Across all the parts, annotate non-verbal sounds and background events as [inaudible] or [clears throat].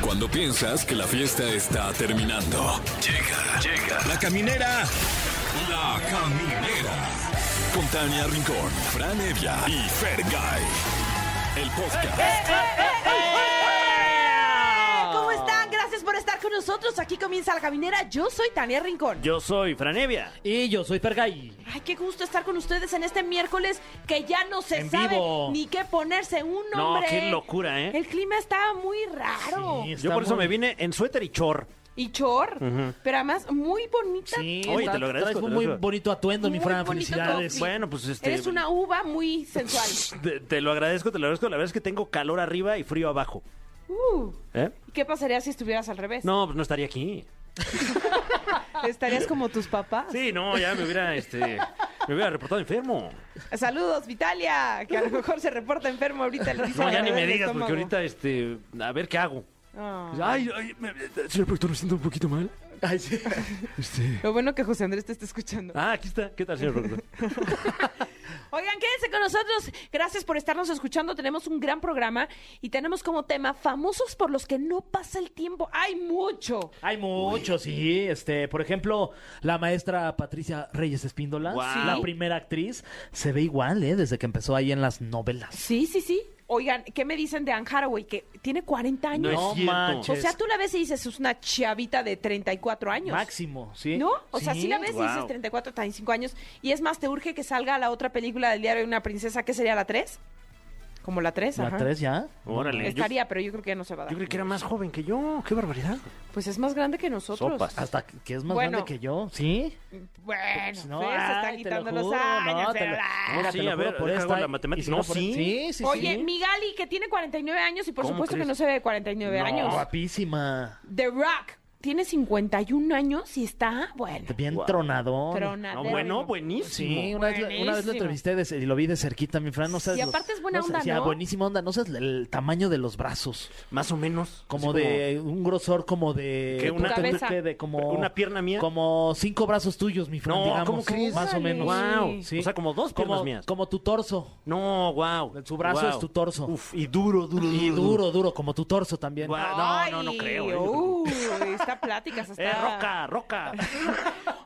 Cuando piensas que la fiesta está terminando. Llega, llega. La caminera. La caminera. Con Tania Rincón, Fran Evia y Fergay. El podcast. ¿Cómo están? Gracias por estar con nosotros. Aquí comienza la caminera. Yo soy Tania Rincón. Yo soy Franevia. Y yo soy Fergay. Ay, qué gusto estar con ustedes en este miércoles que ya no se En sabe vivo. ni qué ponerse un No, nombre. qué locura, ¿eh? El clima está muy raro. Sí, es- Yo Está por eso muy- me vine en suéter y chor. Y chor, pero además muy bonita. Sí, Oye, está- te lo agradezco, Traes te un lo muy agradezco. bonito atuendo, mi Muy Fran. bonito Felicidades. Sí. outfit. Bueno, pues este. Eres una uva muy [laughs] sensual. Te, te lo agradezco, te lo agradezco. La verdad es que tengo calor arriba y frío abajo. Uh, ¿Eh? ¿y ¿Qué pasaría si estuvieras al revés? No, pues no estaría aquí. ¿Estarías como tus papás? Sí, no, ya me hubiera, este. Me hubiera reportado enfermo. Saludos, Vitalia, que a lo mejor se reporta enfermo ahorita. le dice No, ya al ni me revés de digas, porque estómago. ahorita, este. A ver qué hago. Ah. Ay, ay, me- señor productor, me siento un poquito mal. Ay, sí. Este. Lo bueno que José Andrés te está escuchando. Ah, aquí está. ¿Qué tal, señor productor? Oigan, quédense con nosotros. Gracias por estarnos escuchando. Tenemos un gran programa y tenemos como tema famosos por los que no pasa el tiempo. Hay mucho. Hay muchos, sí. Este, por ejemplo, la maestra Patricia Reyes Espíndola, Wow. la primera actriz, se ve igual, ¿eh? Desde que empezó ahí en las novelas. Sí, sí, sí. Oigan, ¿qué me dicen de Anne Haraway? Que tiene 40 años. No es cierto. o sea, tú la ves y dices, es una chavita de 34 años. Máximo, sí. ¿No? O sea, sí la ves y dices Wow. 34, 35 años. Y es más, ¿te urge que salga la otra película del diario de una princesa? ¿Qué sería la 3? Como la 3, La ajá. tres ya. Órale. yo- Estaría, pero yo creo que ya no se va a Yo dar. creí que era más joven que yo. Qué barbaridad. Pues es más grande que nosotros. Sopas. Hasta que es más Bueno. grande que yo, ¿sí. Bueno, Pues No, Fer se está ay, te lo quitando los juro, años. no, te Fer, lo- ah. No, Mira, sí, te lo a ver, juro por deja esta la y- matemática. y si No, por- sí. Sí, sí, Oye, sí. Migali, que tiene 49 años y por ¿Cómo supuesto que crees? no se ve de 49 No, años. guapísima. The Rock tiene 51 años y está, bueno, Bien Guau. tronadón. tronadero. No, bueno, buenísimo. Sí, una vez, la- una vez lo Buenísimo. entrevisté de- y lo vi de cerquita, mi Fran. No sabes Y los- aparte es buena no sé, onda, sí, ah, ¿no? buenísima onda. No sabes el, el tamaño de los brazos. Más o menos. Como Así de un grosor como de... ¿Qué, una- ponte tú Cabeza. que de como... ¿Una pierna mía? Como cinco brazos tuyos, mi Fran, No, digamos. ¿cómo crees? Más o Órale. menos. Wow. Sí. O sea, como dos piernas Como, mías. como tu torso. No, wow. Su brazo Guau. es tu torso. Uf, y duro, duro, duro. Y duro, duro, como tu torso también. Guau. Ah, no, no, no Ay, creo, eh, yo Uh, esta plática [laughs] se está... Eh, roca, roca.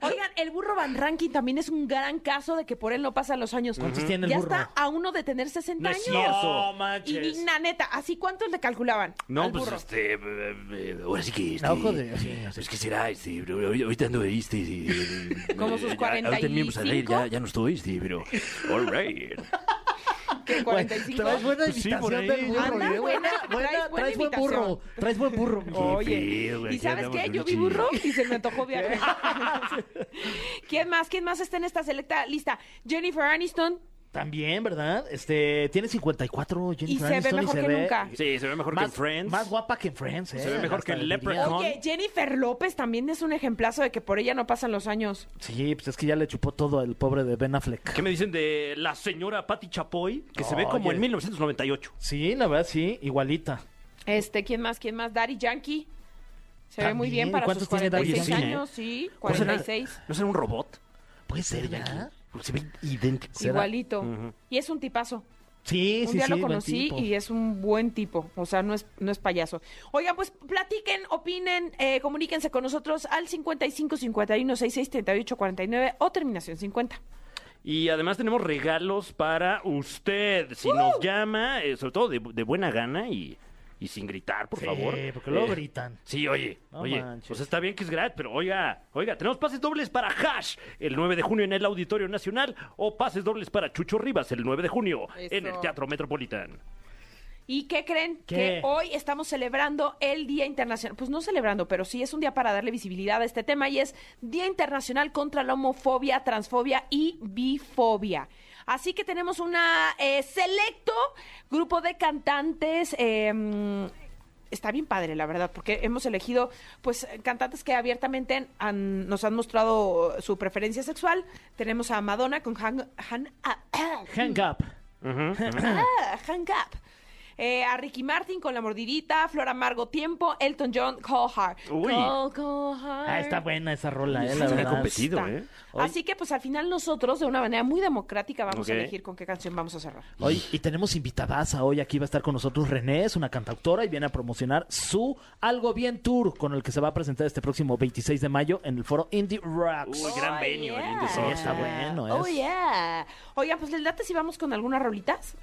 Oigan, el burro Van Ranking también es un gran caso de que por él no pasan los años. ¿Cuántos tiene el ya burro? está a uno de tener 60 No es años. cierto. No Y manches. digna, neta, ¿así cuántos le calculaban? No, al pues burro? este. eh, eh, Ahora sí que. Este, A ojo de- sí, sí. Pues que será, este. pero ahorita ahorita ando este. [laughs] este, Como eh, sus ya- Ahorita en 45. miembros al aire ya, ya no estoy, este, pero. All right. ¿Qué, [laughs] 45? [laughs] Traes buena Pues sí, por imitación ahí. del burro. Anda, buena, ¿eh? traes buena, buena traes buen burro. imitación. Traes buen burro. mi Fran. [laughs] Oye, pedo, güey, ¿y aquí sabes andamos qué? de Yo vi luchi. burro y se me antojó viajar. [laughs] ¿Quién más? ¿Quién más está en esta selecta lista? Jennifer Aniston También, ¿verdad? Este, tiene 54 y Jennifer se ve Aniston, mejor y que ve nunca. Sí, se ve mejor que en Más, Friends. más guapa que en Friends, ¿eh? Se ve mejor Hasta que en diría. Leprechaun. Oye, Jennifer López también es un ejemplazo de que por ella no pasan los años. Sí, pues es que ya le chupó todo al pobre de Ben Affleck. ¿Qué me dicen de la señora Patty Chapoy? Que se ve como Oye. en 1998. Sí, la verdad, sí, igualita. Este, ¿quién más? ¿Quién más? Daddy Yankee. Se ve muy También, bien para ¿cuántos sus tiene Daddy Pues 46 Yankee? años, sí, ¿No será- 46. ¿No será un robot? Puede ser, ¿verdad? Porque se ve idéntico. será? Igualito. Y es un tipazo. Sí, Un sí, día sí. lo buen conocí tipo. y es un buen tipo, o sea, no es, no es payaso. Oigan, pues platiquen, opinen, eh, comuníquense con nosotros al 55 51 66 38 49 o terminación 50. Y además tenemos regalos para usted. Si nos llama, eh, sobre todo de, de buena gana y, y sin gritar, por Sí, favor. porque luego Eh, gritan. Sí, oye, No oye, manches. pues está bien que es gratis, pero oiga, oiga, tenemos pases dobles para Hash el 9 de junio en el Auditorio Nacional o pases dobles para Chucho Rivas el 9 de junio en Eso. el Teatro Metropolitán. ¿Y qué creen? Que ¿Qué? hoy estamos celebrando el Día Internacional, pues no celebrando, pero sí es un día para darle visibilidad a este tema y es Día Internacional contra la Homofobia, Transfobia y Bifobia. Así que tenemos una eh, selecto grupo de cantantes. eh, Está bien padre, la verdad, porque hemos elegido pues cantantes que abiertamente han- nos han mostrado su preferencia sexual. Tenemos a Madonna con Han- Han- ah, ah. Hang up. Ah, hang up. eh, a Ricky Martin con La Mordidita, Flor Amargo Tiempo, Elton John, Cold Heart. Uy. Cold, Cold Heart. Ah, está buena esa rola, eh, Sí, la está verdad. competitiva. Chido, ¿eh? Así que pues al final nosotros de una manera muy democrática vamos Ok. a elegir con qué canción vamos a cerrar. Hoy, y tenemos invitadaza hoy, aquí va a estar con nosotros René, es una cantautora y viene a promocionar su Algo Bien Tour, con el que se va a presentar este próximo 26 de mayo en el foro Indie Rocks. Uy, gran venue, el Indus Sí, Rock. está bueno, Oh, es. yeah. Oigan, pues les late si vamos con algunas rolitas.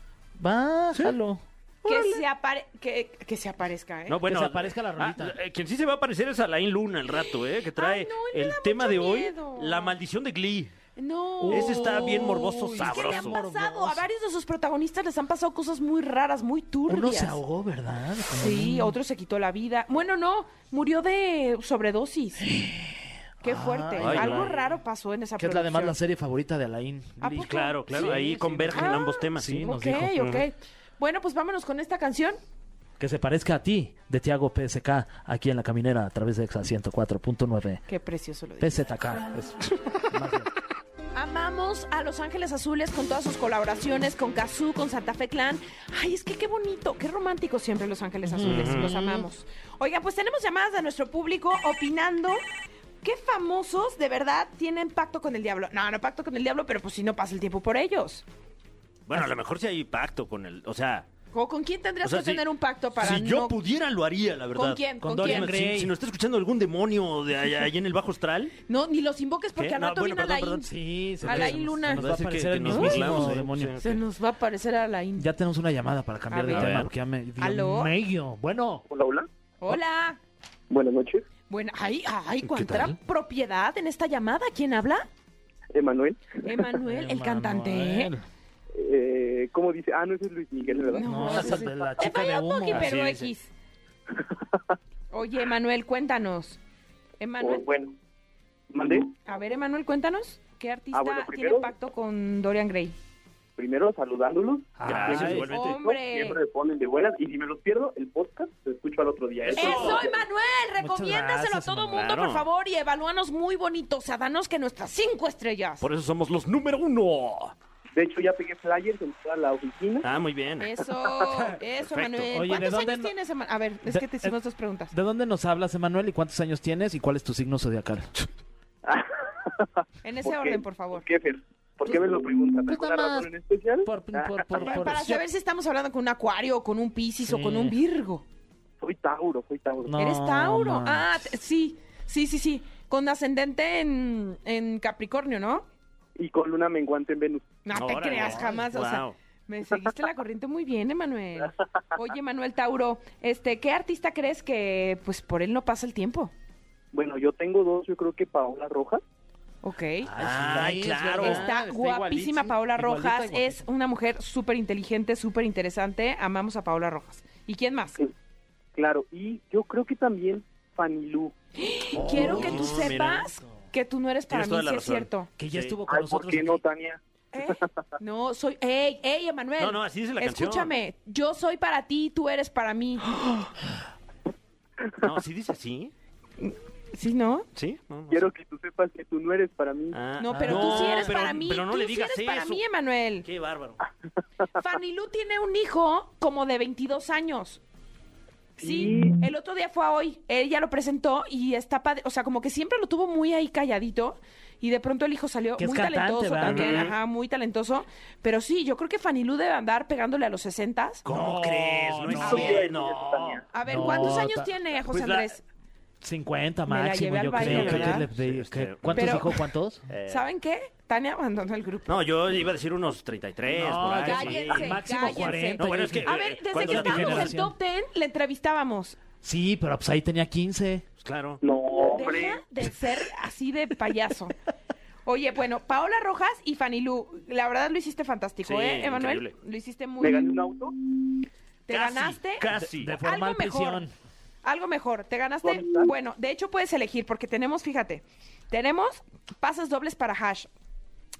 Bájalo. Que se, apare- que, que se aparezca, ¿eh? [laughs] No, bueno, se aparezca la rolita. ah, eh, quien sí se va a aparecer es Alain Luna al rato, ¿eh? Que trae Ay, no, él me el da tema mucho de hoy, miedo. la maldición de Glee. No. Ese está bien morboso, Uy, ¿Qué le han sabroso. pasado? A Morboso. varios de sus protagonistas les han pasado cosas muy raras, muy turbias. Uno se ahogó, ¿verdad? Sí, Mm. otro se quitó la vida. Bueno, no, murió de [gasps] sobredosis. Qué fuerte. Ay, Algo ay. raro pasó en esa Que es la además la producción. serie favorita de Alain. ¿A Y poco? claro, claro, Sí, ahí sí, convergen ah, ambos temas. sí, nos ok, dijo. ok. Bueno, pues vámonos con esta canción. Que se parezca a ti, de Tiago PSK, aquí en La Caminera, a través de Exa 104.9. Qué precioso lo dice. PZK. es- más bien. Amamos a Los Ángeles Azules con todas sus colaboraciones, con Kazoo, con Santa Fe Clan. Ay, es que qué bonito, qué romántico siempre Los Ángeles Azules, los amamos. Oiga, pues tenemos llamadas de nuestro público opinando qué famosos de verdad tienen pacto con el diablo. No, no pacto con el diablo, pero pues si no pasa el tiempo por ellos. Bueno, a lo mejor si hay pacto con el, o sea, ¿O con quién tendrías o sea, que si- tener un pacto para Si yo no... pudiera lo haría, la verdad. ¿Con quién? ¿Con, Con quién? Dorian Gray. Si, si nos está escuchando algún demonio de allá, ahí en el bajo astral, No, ni los invoques porque ¿Qué? al No, rato bueno, viene perdón, Alain. perdón, Sí, se Alain se nos- Luna. se nos va a Parece que- aparecer que el nos mismísimo burlamos, ¿eh? demonio. Sí. Se nos va a parecer Alain. Ya tenemos una llamada para cambiar A de ver. tema, porque ya me dio ¿Aló? medio. Bueno, Hola, hola. Hola. Buenas noches. Bueno, ay, ay, tal? cuánta propiedad en esta llamada. ¿Quién habla? Emanuel. Emanuel, el cantante. ¿eh? Emanuel. Eh, ¿Cómo dice? Ah, no, ese es Luis Miguel, ¿verdad? No, No, esa sí, es de la Te chica de falló un humo. poquito, pero Así X. Oye, Emanuel, cuéntanos. O, Emanuel, bueno. ¿Mandé? a ver, Emanuel, cuéntanos. ¿Qué artista Oh. Ah, bueno, tiene primero- pacto con Dorian Gray? Primero saludándolos. Ah, Gracias, Siempre- igualmente. Hombre. Siempre me ponen de buenas. Y si me los pierdo, el podcast lo escucho al otro día. ¡Eso, Emanuel! Muchas Recomiéndaselo a gracias, todo Emanuel. mundo, Claro. por favor, y evalúanos muy bonito. O sea, danos que nuestras cinco estrellas. por eso somos los número uno. De hecho, ya pegué flyers en toda la oficina. Ah, muy bien. Eso, eso, Emanuel. Oye, ¿de ¿Cuántos dónde años no- tienes, Emanuel? A ver, es De- eh, que te hicimos dos preguntas. ¿De dónde nos hablas, Emanuel? ¿Y cuántos años tienes? ¿Y cuál es tu signo zodiacal? En ese qué? orden, por favor. ¿Por qué, Fer? ¿Por qué me lo preguntan? Pues ¿Alguna nada más. razón en especial? Por, por, Ah, por, por, Para saber si estamos hablando con un acuario, o con un piscis o Sí. con un virgo. Soy Tauro, soy Tauro. No. ¿Eres Tauro? manches. Ah, t- sí, sí, sí, sí. Con ascendente en, en Capricornio, ¿no? Y con luna menguante en Venus. No te Órale. creas jamás, o sea, Guau. me seguiste la corriente muy bien, Emanuel. Oye, Emanuel Tauro, este, ¿qué artista crees que pues por él no pasa el tiempo? Bueno, yo tengo dos, yo creo que Paola Rojas. Ok. Ay, claro. es Está verdad, Ah, está guapísima igualita, Paola igualita, Rojas, igualita. es una mujer súper inteligente, súper interesante, amamos a Paola Rojas. ¿Y quién más? Claro, y yo creo que también Fanny Lu. Quiero que tú Oh, mira. sepas que tú no eres para Tienes mí, toda si la es razón. cierto. Que ya Sí. estuvo con Ay, ¿por nosotros. qué no, aquí. Tania? ¿Eh? No, soy. ¡Ey, ey, Emanuel! No, no, así dice la canción. Escúchame, yo soy para ti y tú eres para mí. No, si dice así, ¿Sí, no? ¿sí? No, no Quiero sé. que tú sepas que tú no eres para mí. Ah, No, pero tú sí eres pero- para mí. Pero no tú le sí digas eres para eso. mí, Emanuel. Qué bárbaro. Fanny Lu tiene un hijo como de 22 años. Sí, Sí. el otro día fue a hoy. Ella lo presentó y está padre. O sea, como que siempre lo tuvo muy ahí calladito. Y de pronto el hijo salió Que es muy cantante, talentoso ¿verdad? también. Ujú. Ajá, muy talentoso. Pero sí, yo creo que Fanny Lu debe andar pegándole a los 60. ¿Cómo crees? No, es no. Tú no eres cierto. eso, Tania. A ver, No, ¿cuántos años ta- tiene José pues la- Andrés? 50 Me la máximo, llevé al yo baile, creo. que ¿verdad? le- de- Sí, que- sí. Este, ¿Cuántos Pero- dijo? ¿Cuántos? Eh, ¿Saben qué? Tania abandonó el grupo. No, yo iba a decir unos 33, No, por ahí. cállense, sí. máximo cállense. 40. No, bueno, eh, es que- eh, A ver, desde ¿cuál que es la estábamos en generación? Top Ten, le entrevistábamos. Sí, pero pues ahí tenía 15. Pues claro. No, hombre. Deja de ser así de payaso. Oye, bueno, Paola Rojas y Fanny Lu, la verdad lo hiciste fantástico, Sí, ¿eh, Emanuel? increíble. Lo hiciste muy ¿Me gané un bien. auto? Te Casi, ganaste Casi. De Ah, formal Algo mejor. prisión. algo mejor. Te ganaste, ¿Dónde está? bueno, de hecho puedes elegir porque tenemos, fíjate, tenemos pases dobles para Hash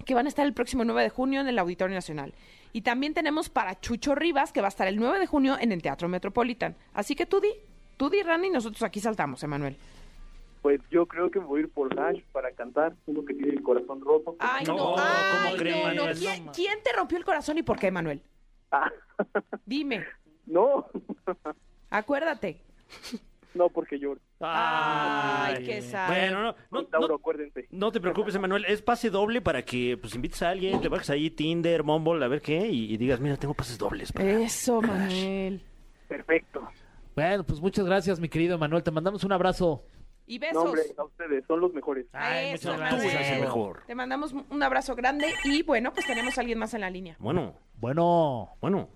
que van a estar el próximo 9 de junio en el Auditorio Nacional. Y también tenemos para Chucho Rivas, que va a estar el 9 de junio en el Teatro Metropolitan. Así que tú di, tú di, Rani, y nosotros aquí saltamos, Emanuel. Pues yo creo que voy a ir por Hash para cantar. Uno que tiene el corazón roto. Ay, no, No, ¿cómo ay, creen, no, no. Manuel? ¿Quién, quién te rompió el corazón y por qué, Manuel? Ah, Dime. No, [laughs] Acuérdate. no porque lloro. Ay, qué sad. Bueno, no, no, Soy Tauro, no- acuérdense. no te preocupes, Emanuel. Es pase doble para que pues invites a alguien, te bajes ahí Tinder, Mumble, a ver qué, y, y digas, mira, tengo pases dobles. para- Eso, Manuel. Perfecto. Bueno, pues muchas gracias, mi querido Manuel. Te mandamos un abrazo. Y No, besos. hombre, a ustedes, son los mejores. Ay, Eso, muchas Tú gracias. eres el Manuel. mejor. Te mandamos un abrazo grande y bueno, pues tenemos a alguien más en la línea. Bueno, Bueno, bueno.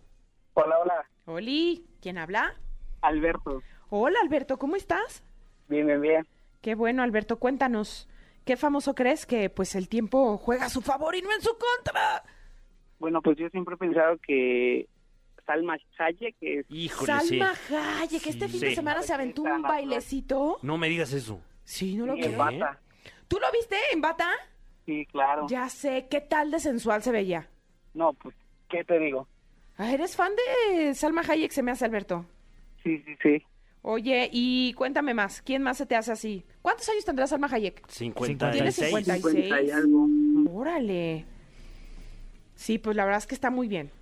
Hola, hola, Oli, ¿quién habla? Alberto. Hola, Alberto, ¿cómo estás? Bien, bien, bien. Qué bueno, Alberto, cuéntanos. ¿Qué famoso crees que pues el tiempo juega a su favor y no en su contra? Bueno, pues yo siempre he pensado que Salma Hayek es... Híjole, sí. Salma Hayek, que este Sí. fin de Sí. semana se aventó un bailecito. No me digas eso. Sí, no lo en creo. bata. bata. ¿Tú lo viste en bata? Sí, claro. Ya sé, ¿qué tal de sensual se veía? No, pues, ¿qué te digo? Ah, ¿Eres fan de Salma Hayek? Se me hace Alberto. Sí, sí, sí. Oye, y cuéntame más, ¿quién más se te hace así? ¿Cuántos años tendrá Salma Hayek? 56. Tienes 56. Cincuenta y algo. Órale. Sí, pues la verdad es que está muy bien.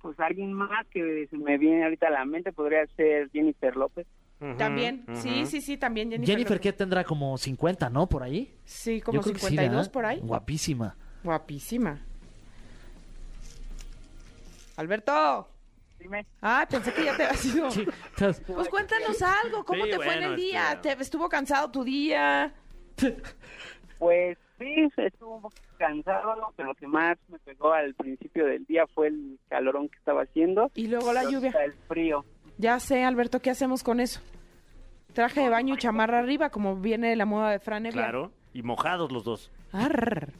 Pues alguien más que se me viene ahorita a la mente podría ser Jennifer López. Ujú, También, sí, ujú. sí, sí, también Jennifer. Jennifer, López. ¿qué tendrá? Como 50, ¿no? Por ahí. Sí, como Yo creo que sí, 52 ¿verdad? por ahí. Guapísima. Guapísima. Alberto. Dime. Ay, pensé que ya te había ido. Sí, estás- Pues cuéntanos algo, ¿cómo Sí, te fue en bueno, el día? este- ¿Te estuvo cansado tu día? Pues sí, estuvo un poco cansado, ¿no? pero lo que más me pegó al principio del día fue el calorón que estaba haciendo. Y luego la Pero lluvia. ahorita El frío. Ya sé, Alberto, ¿qué hacemos con eso? Traje de baño y chamarra arriba, como viene de la moda de Fran Evia. Claro. Y mojados los dos. Arr,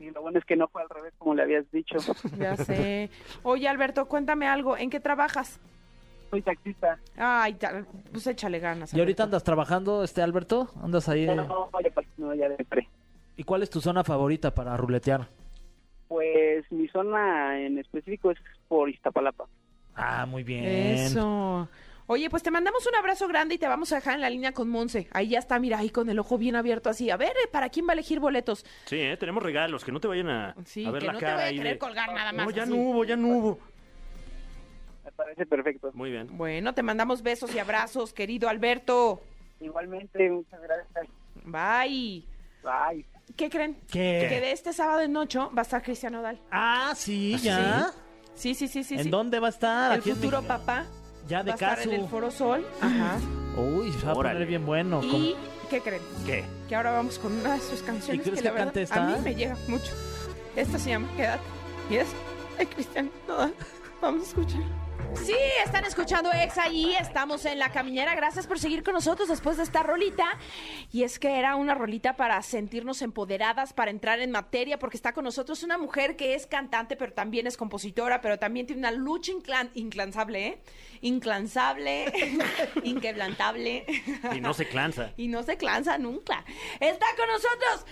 Y lo bueno es que no fue al revés como le habías [laughs] dicho. ya sé. Oye, Alberto, cuéntame algo. ¿En qué trabajas? Soy taxista. Ay, ta- pues échale ganas. ¿Y ahorita Alberto. andas trabajando, este Alberto? ¿Andas ahí? No, de- no, ya, pues, no, ya depre. ¿Y cuál es tu zona favorita para ruletear? Pues mi zona en específico es por Iztapalapa. Ah, muy bien. Eso. Oye, pues te mandamos un abrazo grande y te vamos a dejar en la línea con Monse. Ahí ya está, mira, ahí con el ojo bien abierto así. A ver, ¿eh? ¿para quién va a elegir boletos? Sí, ¿eh? tenemos regalos, que no te vayan a, Sí, a ver que la no te cara voy a ahí querer de- colgar nada más. No, ya así. no hubo, ya no hubo. Me parece perfecto. Muy bien. Bueno, te mandamos besos y abrazos, querido Alberto. Igualmente, muchas gracias. Bye. Bye. ¿Qué creen? ¿Qué? Que de este sábado en ocho va a estar Cristian Odal. Ah, sí, ya. Sí, sí, sí, sí. ¿En sí. dónde va a estar? El Aquí en futuro Mex- papá. Ya de va a estar caso. en el Foro Sol. Ajá. Uy, se va a Órale. poner bien bueno. como- ¿Y qué creen? ¿Qué? Que ahora vamos con una de sus canciones ¿Y crees que la que verdad cante a esta? mí me llega mucho. Esta se llama Quédate. Y es de Cristian Nodal. Vamos a escuchar. Sí, están escuchando Exa y estamos en la caminera. Gracias por seguir con nosotros después de esta rolita. Y es que era una rolita para sentirnos empoderadas, para entrar en materia, porque está con nosotros una mujer que es cantante, pero también es compositora, pero también tiene una lucha inclan- inclansable, ¿eh? [laughs] Inclansable, inquebrantable. Y no se clanza. Y no se clanza nunca. Está con nosotros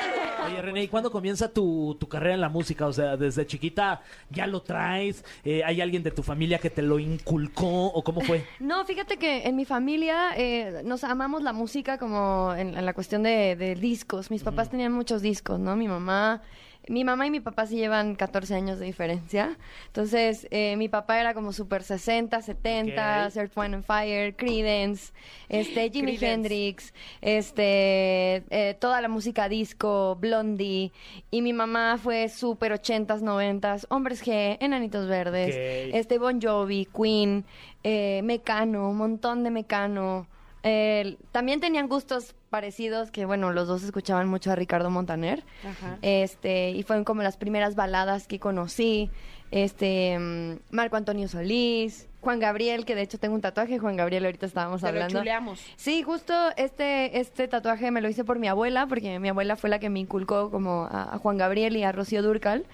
René. Oye, René, ¿y cuándo comienza tu, tu carrera en la música? O sea, desde chiquita ya lo traes. Eh, ¿Hay alguien de tu familia que te lo inculcó o [laughs] cómo fue? No, fíjate que en mi familia eh, nos amamos la música como en, en la cuestión de, de discos. Mis papás tenían muchos discos, ¿no? Mi mamá, mi mamá y mi papá se llevan 14 años de diferencia. Entonces, eh, mi papá era como super 60, 70, Ok. Earth, Wind and Fire, Creedence, este, Jimi Creedence. Hendrix, este, eh, toda la música disco, Blondie. Y mi mamá fue super 80s, 90s, Hombres G, Enanitos Verdes, Ok. este Bon Jovi, Queen, eh, Mecano, un montón de Mecano. Eh, también tenían gustos parecidos, que bueno, los dos escuchaban mucho a Ricardo Montaner. Ajá. Este, y fueron como las primeras baladas que conocí. Este, mm, Marco Antonio Solís, Juan Gabriel, que de hecho tengo un tatuaje, Juan Gabriel ahorita estábamos Te lo hablando. chuleamos. Sí, justo este, este tatuaje me lo hice por mi abuela, porque mi abuela fue la que me inculcó como a, a Juan Gabriel y a Rocío Durcal.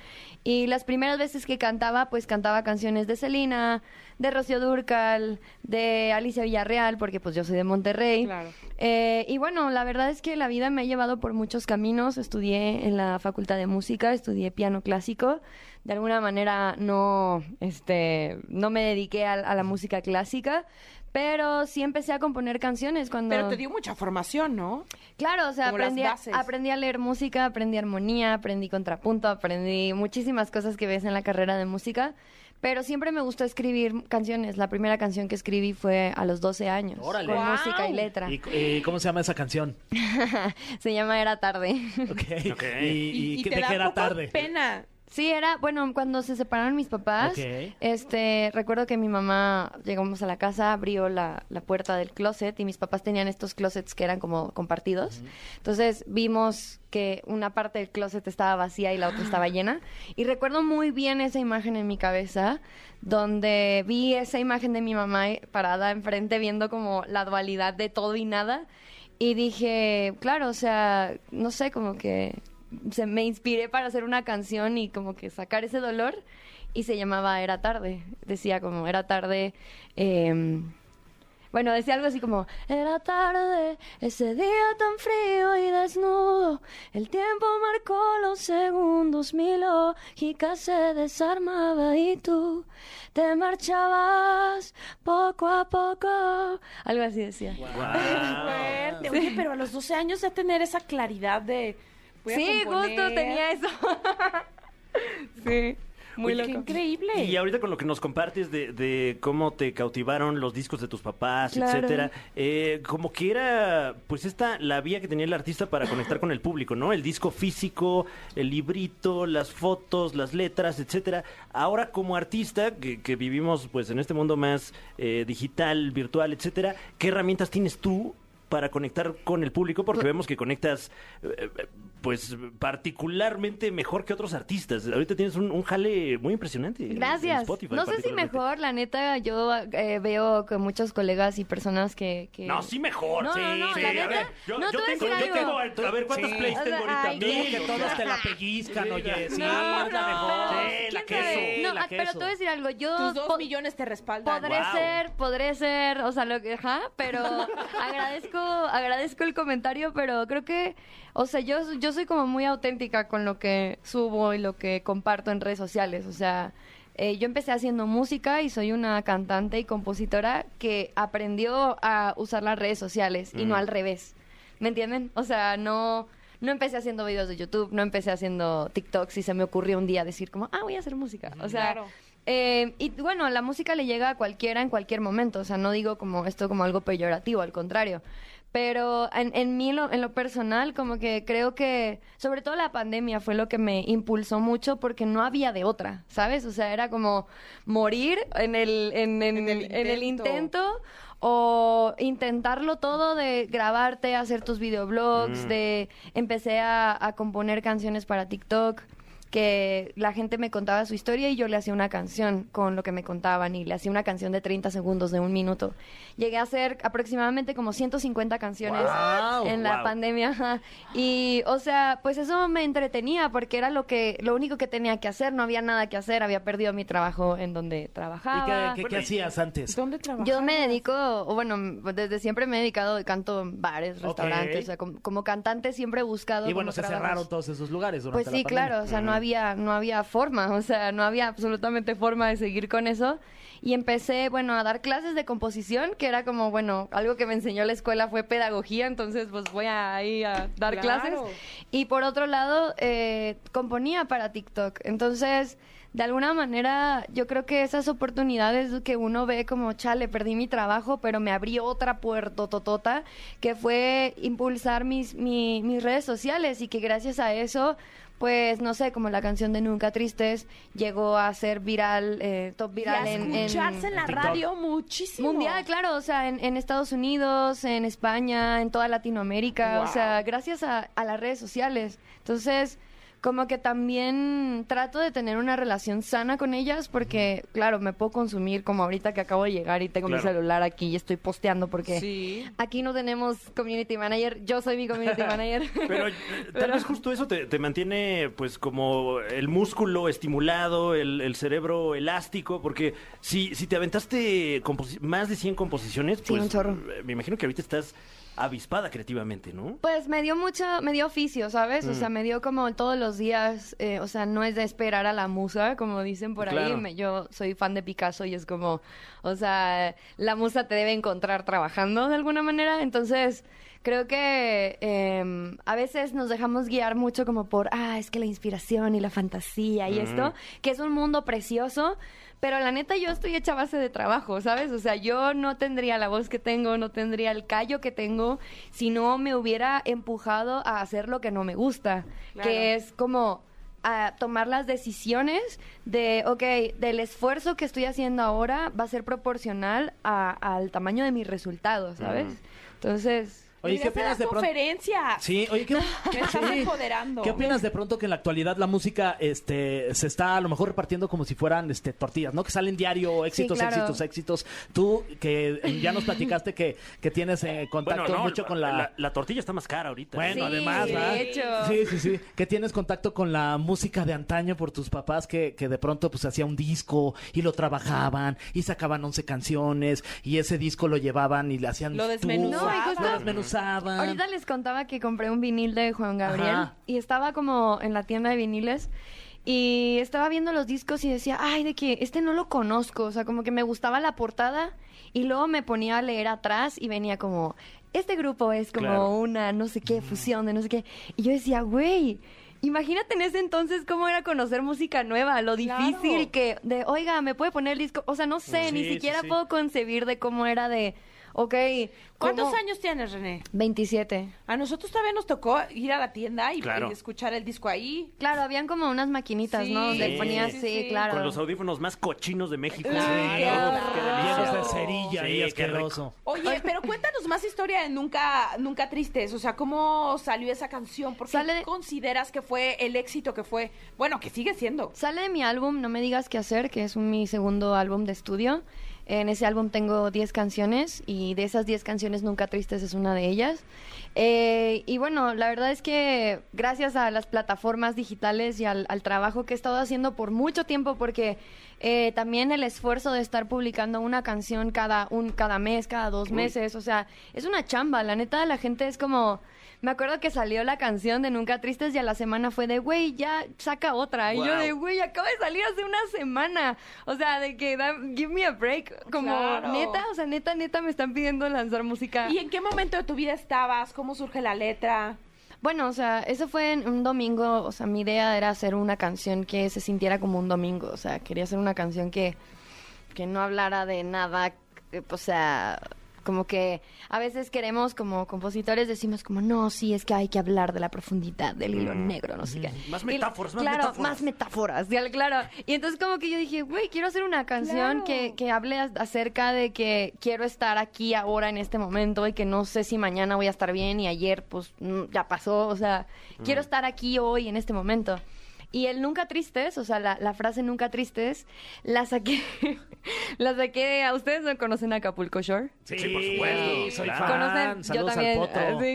Y las primeras veces que cantaba, pues cantaba canciones de Celina, de Rocío Durcal, de Alicia Villarreal, porque pues yo soy de Monterrey. Claro. Eh, y bueno, la verdad es que la vida me ha llevado por muchos caminos. Estudié en la Facultad de Música, estudié piano clásico. de alguna manera no, este, no me dediqué a, a la música clásica, pero sí empecé a componer canciones cuando... Pero te dio mucha formación, ¿no? Claro, o sea, Como las aprendí a, bases. aprendí a leer música, aprendí armonía, aprendí contrapunto, aprendí muchísimas cosas que ves en la carrera de música, pero siempre me gustó escribir canciones. La primera canción que escribí fue a los 12 años, Órale. con ¡Guau! música y letra. ¿Y, eh, cómo se llama [laughs] esa canción? Se llama Era tarde. Ok. Ok. ¿Y, y, Y, y qué- te de da qué era poco tarde? pena. Sí, era, bueno, cuando se separaron mis papás, Ok. este, recuerdo que mi mamá, llegamos a la casa, abrió la, la puerta del closet y mis papás tenían estos closets que eran como compartidos. Entonces vimos que una parte del closet estaba vacía y la otra estaba llena. Y recuerdo muy bien esa imagen en mi cabeza, donde vi esa imagen de mi mamá eh, parada enfrente viendo como la dualidad de todo y nada. Y dije, claro, o sea, no sé, como que se me inspiré para hacer una canción y como que sacar ese dolor y se llamaba Era tarde. Decía como Era tarde. eh, bueno, decía algo así como Era tarde, ese día tan frío y desnudo. El tiempo marcó los segundos, mi lógica se desarmaba y tú te marchabas poco a poco. Algo así decía. Ah. Fuerte. Oye, pero a los 12 años ya tener esa claridad de. voy a Sí, componer. justo tenía eso. [laughs] sí, muy Oye, qué loco. increíble. Y ahorita con lo que nos compartes de, de cómo te cautivaron los discos de tus papás, Claro. etcétera, eh, como que era, pues esta la vía que tenía el artista para conectar con el público, ¿no? El disco físico, el librito, las fotos, las letras, etcétera. Ahora como artista que, que vivimos, pues en este mundo más eh, digital, virtual, etcétera, ¿qué herramientas tienes tú? para conectar con el público porque vemos que conectas eh, eh, pues particularmente mejor que otros artistas. Ahorita tienes un, un jale muy impresionante. en- en Gracias. Spotify, no sé si particularmente. mejor, la neta, yo eh, veo que muchos colegas y personas que... que- No, sí mejor. No, sí, no, no, sí. la a neta, ver, yo, no, yo te voy a tengo, decir yo algo. tengo, a ver cuántas Sí. plays O tengo sea, ahorita. ay, Mil. qué- que todos [laughs] te la pellizcan, oye. Sí, No, es la mejor. no, Sí, la ¿quién sabe? queso. No, La ah, pero queso. te voy a decir algo, yo... Tus dos po- millones te respaldan. Podré Wow. ser, podré ser, o sea, lo que, ajá, pero agradezco, agradezco el comentario, pero creo que, o sea, yo, yo soy como muy auténtica con lo que subo y lo que comparto en redes sociales, o sea, eh, yo empecé haciendo música y soy una cantante y compositora que aprendió a usar las redes sociales y no al revés, ¿me entienden? O sea, no... No empecé haciendo videos de YouTube, no empecé haciendo TikToks y se me ocurrió un día decir como, ah, voy a hacer música. O sea, Claro. eh, y bueno, la música le llega a cualquiera en cualquier momento, o sea, no digo como esto como algo peyorativo, al contrario. Pero en, en mí, lo- en lo personal, como que creo que, sobre todo la pandemia fue lo que me impulsó mucho porque no había de otra, ¿sabes? O sea, era como morir en el, en, en- En el en el intento. intento momento, o intentarlo todo de grabarte, hacer tus Mm. videoblogs, de empecé a, a componer canciones para TikTok que la gente me contaba su historia y yo le hacía una canción con lo que me contaban y le hacía una canción de 30 segundos, de un minuto. Llegué a hacer aproximadamente como 150 canciones Wow, en la wow. pandemia ajá. y, o sea, pues eso me entretenía porque era lo que lo único que tenía que hacer, no había nada que hacer, había perdido mi trabajo en donde ¿Y qué, trabajaba. qué- qué hacías antes? pues, ¿Dónde trabajas? Yo me dedico, o bueno, m- desde siempre me he dedicado, canto en bares, restaurantes, Ok. o sea, com- como, cantante siempre he buscado. Y bueno, como se trabajos. cerraron todos esos lugares durante Pues sí, la pandemia. claro, o sea, no había, no había forma, o sea, no había absolutamente forma de seguir con eso. Y empecé, bueno, a dar clases de composición, que era como, bueno, algo que me enseñó la escuela fue pedagogía, entonces pues voy a ir a Claro. dar clases. Y por otro lado, eh, componía para TikTok. Entonces, de alguna manera, yo creo que esas oportunidades que uno ve como, chale, perdí mi trabajo, pero me abrió otra puerta totota, que fue impulsar mis, mi- mis redes sociales y que gracias a eso, pues, no sé, como la canción de Nunca Tristes llegó a ser viral, eh, top Y a viral en- escucharse en, la TikTok. radio muchísimo. Mundial, claro, o sea, en, en Estados Unidos, en España, en toda Latinoamérica, o sea, gracias a, a las redes sociales. Entonces, como que también trato de tener una relación sana con ellas porque, claro, me puedo consumir como ahorita que acabo de llegar y tengo mi Claro. celular aquí y estoy posteando porque Sí. aquí no tenemos community manager, yo soy mi [laughs] community manager. Pero eh, tal vez justo eso te, te mantiene, pues, como el músculo estimulado, el, el cerebro elástico, porque si, si te aventaste composi- más de 100 composiciones, Sí, pues, un chorro. eh, me imagino que ahorita estás avispada creativamente, ¿no? [laughs] Pues me dio mucha, me dio oficio, ¿sabes? O sea, Mm. me dio como todos los días, eh, o sea, no es de esperar a la musa, como dicen por Claro. ahí. Me- yo soy fan de Picasso y es como, o sea, la musa te debe encontrar trabajando de alguna manera. Entonces, creo que eh, a veces nos dejamos guiar mucho como por, ah, es que la inspiración y la fantasía y esto, que es un mundo precioso. Pero la neta yo estoy hecha a base de trabajo, ¿sabes? O sea, yo no tendría la voz que tengo, no tendría el callo que tengo si no me hubiera empujado a hacer lo que no me gusta, Claro. que es como a tomar las decisiones de, ok, del esfuerzo que estoy haciendo ahora va a ser proporcional a- al tamaño de mis resultados, ¿sabes? Entonces, Oye, ¿qué opinas de pronto? conferencia? Sí, [laughs] oye, ¿qué, Me estás sí. empoderando. ¿Qué opinas de pronto que en la actualidad la música este, se está a lo mejor repartiendo como si fueran este, tortillas, ¿no? Que salen diario éxitos, claro. éxitos, éxitos. Tú, que eh, ya nos platicaste que, que tienes eh, contacto mucho con la... la... la tortilla está más cara ahorita. Bueno, Sí, además, de ¿verdad? hecho. Sí, sí, sí. Que tienes contacto con la música de antaño por tus papás que, que de pronto pues hacía un disco y lo trabajaban y sacaban 11 canciones y ese disco lo llevaban y le hacían Lo tour, desmenuzaban. No, y justo- lo desmenuzaban. ahorita les contaba que compré un vinil de Juan Gabriel Ajá. y estaba como en la tienda de viniles y estaba viendo los discos y decía, ay, de que este no lo conozco, o sea, como que me gustaba la portada y luego me ponía a leer atrás y venía como, este grupo es como Claro. una no sé qué fusión de no sé qué. Y yo decía, güey, imagínate en ese entonces cómo era conocer música nueva, lo Claro. difícil que, de, oiga, ¿me puede poner el disco, o sea, no sé, Sí, ni sí, siquiera sí. puedo concebir de cómo era de, ok, ¿Cuántos cómo- años tienes, René? 27. A nosotros todavía nos tocó ir a la tienda y, Claro. y escuchar el disco ahí. Claro, habían como unas maquinitas, Sí, ¿no? Donde sí, ponías, sí, sí, sí. claro. Con los audífonos más cochinos de México. Claro. Sí, no, pues, qué Claro. Llenos delicia. de cerilla Sí, y qué asqueroso. Oye, pero cuéntanos más historia de Nunca, Nunca Tristes. O sea, ¿cómo salió esa canción? ¿Por qué Sale de- consideras que fue el éxito que fue? Bueno, que sigue siendo. Sale de mi álbum No me digas qué hacer, que es un- mi segundo álbum de estudio. En ese álbum tengo 10 canciones y de esas 10 canciones Nunca Tristes es una de ellas. Eh, y bueno, la verdad es que gracias a las plataformas digitales y al, al trabajo que he estado haciendo por mucho tiempo, porque eh, también el esfuerzo de estar publicando una canción cada, un, cada mes, cada dos meses, o sea, es una chamba. La neta, la gente es como... Me acuerdo que salió la canción de Nunca Tristes y a la semana fue de, güey, ya saca otra. Y yo de, güey, acaba de salir hace una semana. O sea, de que, da- give me a break. Como, Claro. neta, o sea, neta, neta, me están pidiendo lanzar música. ¿Y en qué momento de tu vida estabas? ¿Cómo surge la letra? Bueno, o sea, eso fue en un domingo. O sea, mi idea era hacer una canción que se sintiera como un domingo. O sea, quería hacer una canción que, que no hablara de nada. eh, O sea, como que a veces queremos, como compositores, decimos como, no, sí, es que hay que hablar de la profundidad del hilo negro, no sé qué. Mm, Más Y- metáforas, más claro, metáforas. más metáforas, ya, claro. Y entonces como que yo dije, güey, quiero hacer una canción Claro. que, que hable a- acerca de que quiero estar aquí ahora en este momento y que no sé si mañana voy a estar bien y ayer pues mm, ya pasó, o sea, Mm. quiero estar aquí hoy en este momento. Y el nunca tristes, o sea, la, la frase nunca tristes, la saqué, [laughs] la saqué, ¿a ustedes no conocen Acapulco Shore? Sí, por supuesto. soy claro. fan. ¿Conocen? ah, saludos al Potro. [laughs]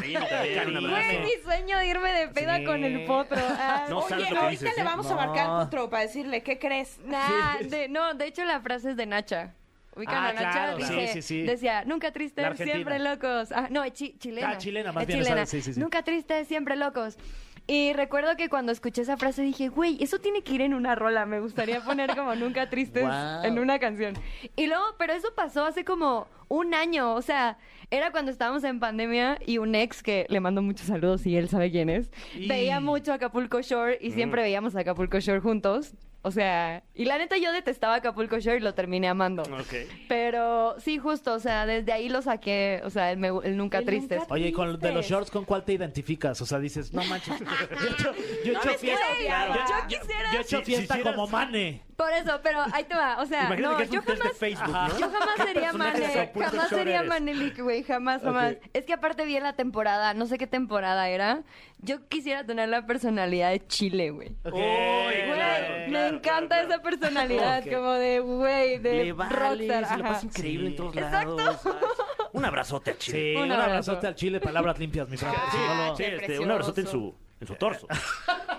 Sí. De Karina también, un abrazo. Güey, mi sueño de irme de peda Sí. con el potro. Ay, No Oye, sabes lo que ahorita dices, le ¿eh? vamos a No. marcar al potro para decirle, ¿qué crees? Pues, [laughs] Nah, de- no, de hecho la frase es de Nacha. Ubican Ah, a Nacha, claro, dice, claro. Sí, sí, sí. decía, nunca La tristes, argentina. siempre locos. Ah, no, es chi- chilena. Ah, chilena, más Es bien, esa, chilena. sí, sí, sí. Nunca tristes, siempre locos. Y recuerdo que cuando escuché esa frase dije, güey, eso tiene que ir en una rola. Me gustaría poner como nunca [laughs] tristes Wow. en una canción. Y luego, pero eso pasó hace como un año. O sea, era cuando estábamos en pandemia y un ex que le mando muchos saludos y él sabe quién es. Y- Veía mucho Acapulco Shore y Mm. siempre veíamos Acapulco Shore juntos. O sea, y la neta yo detestaba Acapulco Shore y lo terminé amando. Ok. Pero sí, justo, o sea, desde ahí lo saqué, o sea, el, me- el nunca El tristes. nunca- Oye, ¿y con, de los Tristes. shorts, ¿con cuál te identificas? O sea, dices, no manches. Yo he hecho, yo he No hecho me fiesta, estoy odiando. yo- Yo yo- quisiera- yo he hecho Si- si fiesta hicieras- como Mane. Por eso, pero ahí te va, o sea, Imagínate Ah, no, que es yo un test de jamás... Facebook, ¿no? Yo [laughs] jamás sería personaje de Mane, Acapulco jamás Shore sería eres? Manelik, güey, jamás, jamás. Es que aparte vi en la temporada, no sé qué temporada era, yo quisiera tener la personalidad de Chile, güey. Ok. Uy, Güey, claro, me claro, encanta claro, claro. esa personalidad, Ok. como de, güey, de Le vale, rockstar. se la ajá. pasa increíble en todos Exacto. lados. Ay, Un abrazote a Chile. Sí, Un un abrazo. abrazote al chile, palabras limpias, mi Ah, Fran. Sí, no, no. Sí, qué este, un precioso. abrazote en su, en su torso.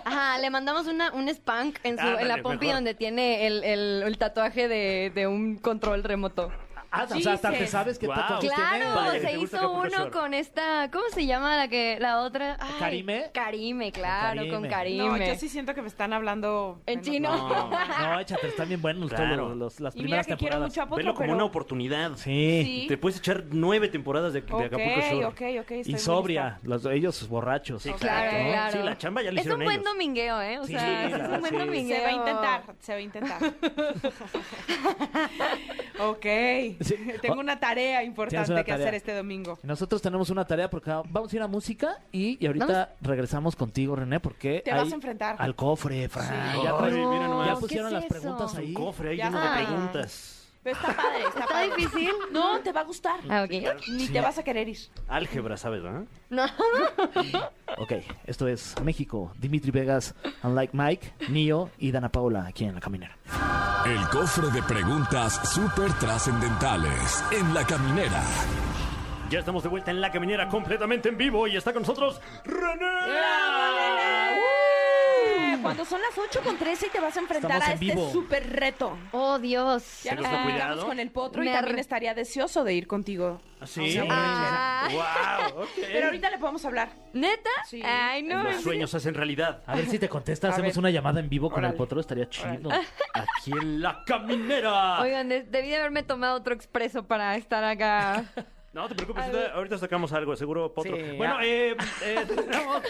Ajá, le mandamos una, un spank en, su, en Ándale, la pompi mejor. donde tiene el, el- el tatuaje de, de un control remoto. Ah, o sea, hasta te Jesus. sabes que Wow. tacos Ustedes Claro, vaya que te se gusta hizo Acapulco uno Shore. con esta, ¿cómo se llama la que la otra? Ay, ¿Karime? Karime, claro, Karime. con Karime. No, yo sí siento que me están hablando En menos- chino. No, no, échate, están bien buenos todos Claro. los- los- las Y mira primeras que quiero temporadas. mucho a Potro, Velo como pero... una oportunidad. Sí. Sí. Te puedes echar nueve temporadas de, de Ok, Acapulco Shore. ok, ok. estoy Y muy sobria, lista. los, ellos borrachos. Sí, Claro, claro. claro. Sí, la chamba ya la Es un hicieron buen ellos. domingueo, ¿eh? O Sí, sea, la es un verdad, buen sí. domingueo. Se va a [laughs] intentar, se va a intentar. ok. Sí. Tengo una tarea importante una que tarea. hacer este domingo. Nosotros tenemos una tarea porque vamos a ir a música y, y ahorita Vamos. regresamos contigo, René, porque Te vas hay- a enfrentar. Eh, al cofre, Fran. Sí. Ya, Ay, traes- mira nomás. ya ¿qué pusieron es las eso? preguntas Un ahí. cofre ahí Ya. lleno de Ah. preguntas. Pero está padre, está, ¿Está padre. difícil? No, te va a gustar. Ah, ok, ok. Ni te vas a querer ir. Álgebra, ¿sabes? ¿no? No. Ok, esto es México, Dimitri Vegas, Unlike Mike, Nio y Dana Paula aquí en La Caminera. El cofre de preguntas súper trascendentales en la caminera. Ya estamos de vuelta en la caminera completamente en vivo y está con nosotros René. Eh, Cuando son las 8 con 13 y te vas a enfrentar Mm. Estamos a en este vivo. super reto. Oh, Dios. Ya Ten nos mucho comunicamos cuidado. con el potro y Me también arre- estaría deseoso de ir contigo. ¿Sí? Ah. ¡Wow! ok. Pero ahorita le podemos hablar. ¿Neta? Sí. Ay, no. Los en sueños se hacen realidad. A ver si te contesta, A hacemos ver. una llamada en vivo con Órale. el potro, estaría chido. Aquí en la caminera. Oigan, de- debí de haberme tomado otro expreso para estar acá. No te preocupes, ahorita, ahorita sacamos algo, seguro Potro. Sí, bueno, ah. eh, eh, [laughs] tenemos-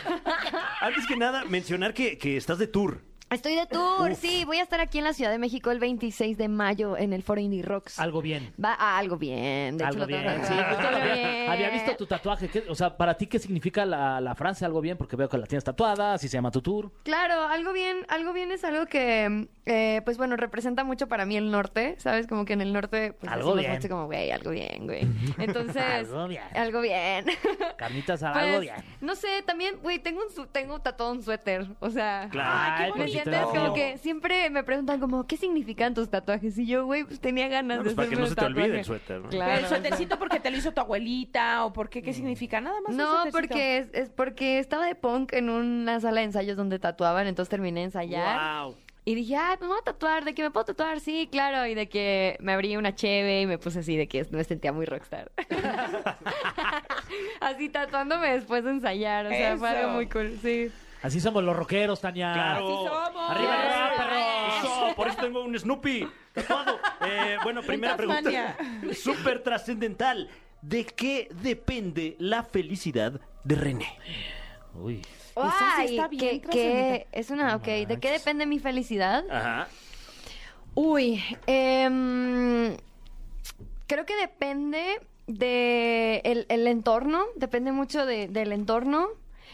antes que nada, mencionar que, que estás de tour. Estoy de tour, sí. Voy a estar aquí en la Ciudad de México el 26 de mayo en el Foro Indie Rocks. Algo bien. Va a algo bien. De hecho, Algo lo tengo que bien. sí. traer. Justo Algo había- bien. Había visto tu tatuaje. ¿qué- o sea, ¿para ti qué significa la, la frase algo bien? Porque veo que la tienes tatuada, así se llama tu tour. Claro, algo bien, algo bien es algo que, eh, pues bueno, representa mucho para mí el norte, ¿sabes? Como que en el norte, pues Algo decimos bien. mucho como, güey, algo [laughs] bien, güey. Entonces, Algo bien. Algo bien. Carnitas, [laughs] algo Pues, bien. No sé, también, güey, tengo, un su- tengo tatuado un suéter, o sea... Claro. Ay, ¿Me pues, no. entiendes? Como que siempre me preguntan como, ¿qué significan tus tatuajes? Y yo, güey, pues tenía ganas No, de pues, para que hacerme no un se te olvide tatuaje. el suéter, ¿no? Claro, el o sea. suétercito porque te lo hizo tu abuelita o porque Mm. qué significa nada más. el No, suétercito. porque es, es porque estaba de punk en una sala de ensayos donde tatuaban, entonces terminé de ensayar. Wow. Y dije, ah, me voy a tatuar, de que me puedo tatuar, sí, claro. Y de que me abrí una cheve y me puse así, de que me sentía muy rockstar. así tatuándome después de ensayar, o sea, fue algo Eso. muy cool, sí. Así somos los rockeros, Tania. Claro. Así somos. Arriba, arriba, Yes. perros. Eso, por eso tengo un Snoopy tatuado. Eh, bueno, primera pregunta. Tasmania. [laughs] Súper trascendental. ¿De qué depende la felicidad de René? Uy. Eso sí está Ay, bien que, que es una, ok, ¿de qué manches. depende mi felicidad? Ajá. Uy, em, creo que depende de el, el entorno, depende mucho de- del entorno,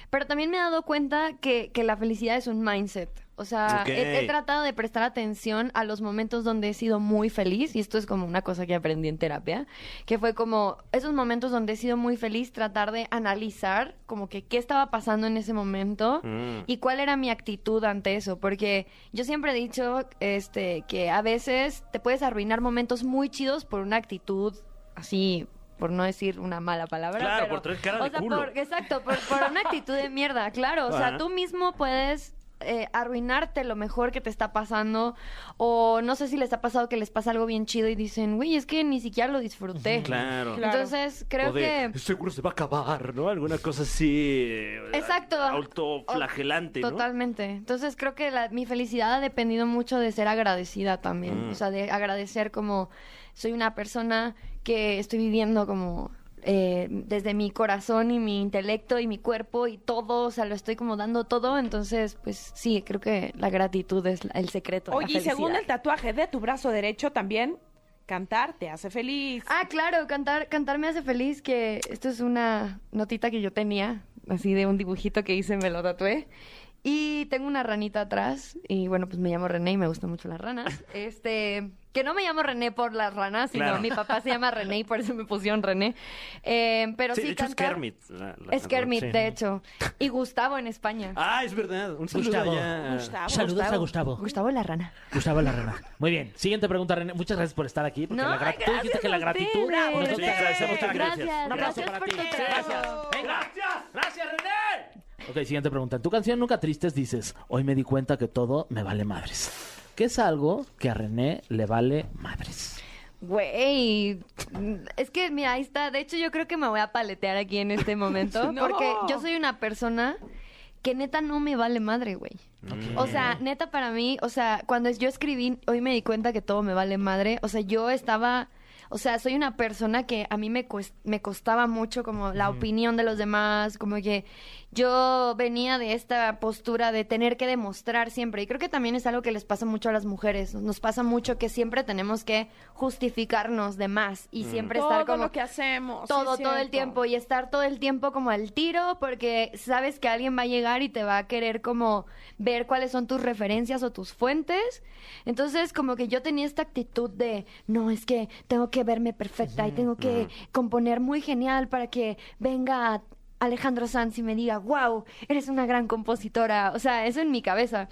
pero también me he dado cuenta que, que la felicidad es un mindset. O sea, he, Ok. he tratado de prestar atención a los momentos donde he sido muy feliz, y esto es como una cosa que aprendí en terapia, que fue como esos momentos donde he sido muy feliz, tratar de analizar como que qué estaba pasando en ese momento Mm. y cuál era mi actitud ante eso, porque yo siempre he dicho este que a veces te puedes arruinar momentos muy chidos por una actitud así por no decir una mala palabra. Claro, pero- por traer cara o de sea, culo. por- exacto, por, por una actitud de mierda, claro. O sea, Ajá. tú mismo puedes eh, arruinarte lo mejor que te está pasando. O no sé si les ha pasado que les pasa algo bien chido y dicen, güey, es que ni siquiera lo disfruté. Claro. Claro. Entonces, creo O de, "Este que... Seguro se va a acabar, ¿no? Alguna cosa así. eh, Exacto. Autoflagelante, ¿no? Totalmente. Entonces creo que la- mi felicidad ha dependido mucho de ser agradecida también. Mm. O sea, de agradecer como soy una persona que estoy viviendo como eh, desde mi corazón y mi intelecto y mi cuerpo y todo. O sea, lo estoy como dando todo. Entonces, pues sí, creo que la gratitud es la- el secreto. de la Oye, y según felicidad. el tatuaje de tu brazo derecho también, cantar te hace feliz. Ah, claro, cantar, cantar me hace feliz, que esto es una notita que yo tenía, así de un dibujito que hice, me lo tatué. Y tengo una ranita atrás, y bueno, pues me llamo René y me gustan mucho las [laughs] ranas. Este, que no me llamo René por las ranas, sino Claro. mi papá se llama René y por eso me pusieron René. Eh, pero sí, Sí, de hecho cantar- es Kermit. la- la- Es Kermit, sí. de hecho. Y Gustavo en España. Ah, es verdad. Un saludo Gustavo. allá. Gustavo. Saludos a Gustavo. Gustavo la rana. Gustavo la Rena. Muy bien. Siguiente pregunta, René. Muchas gracias por estar aquí. Porque No, la gratitud, gracias dijiste que la a ustedes. gratitud. Bravo, nosotros René. agradecemos tu Gracias. gracias. Gracias, Un abrazo gracias para por ti. tu Sí, trabajo. gracias. Venga. ¡Gracias! ¡Gracias, René! Ok, siguiente pregunta. En tu canción Nunca Tristes dices, hoy me di cuenta que todo me vale madres. ¿Qué es algo que a René le vale madres? Güey, Es que, mira, ahí está. De hecho, yo creo que me voy a paletear aquí en este momento. No. Porque yo soy una persona que neta no me vale madre, güey. O sea, neta para mí, o sea, cuando yo escribí, hoy me di cuenta que todo me vale madre. O sea, yo estaba... O sea, soy una persona que a mí me, cues- me costaba mucho como la opinión de los demás, como que yo venía de esta postura de tener que demostrar siempre. Y creo que también es algo que les pasa mucho a las mujeres. Nos- Nos pasa mucho que siempre tenemos que justificarnos de más y siempre Todo estar como lo que hacemos. sí, todo, todo el cierto. tiempo y estar todo el tiempo como al tiro porque sabes que alguien va a llegar y te va a querer como ver cuáles son tus referencias o tus fuentes. Entonces como que yo tenía esta actitud de, no, es que tengo que verme perfecta y tengo que componer muy genial para que venga Alejandro Sanz y me diga, wow, eres una gran compositora. O sea, eso en mi cabeza.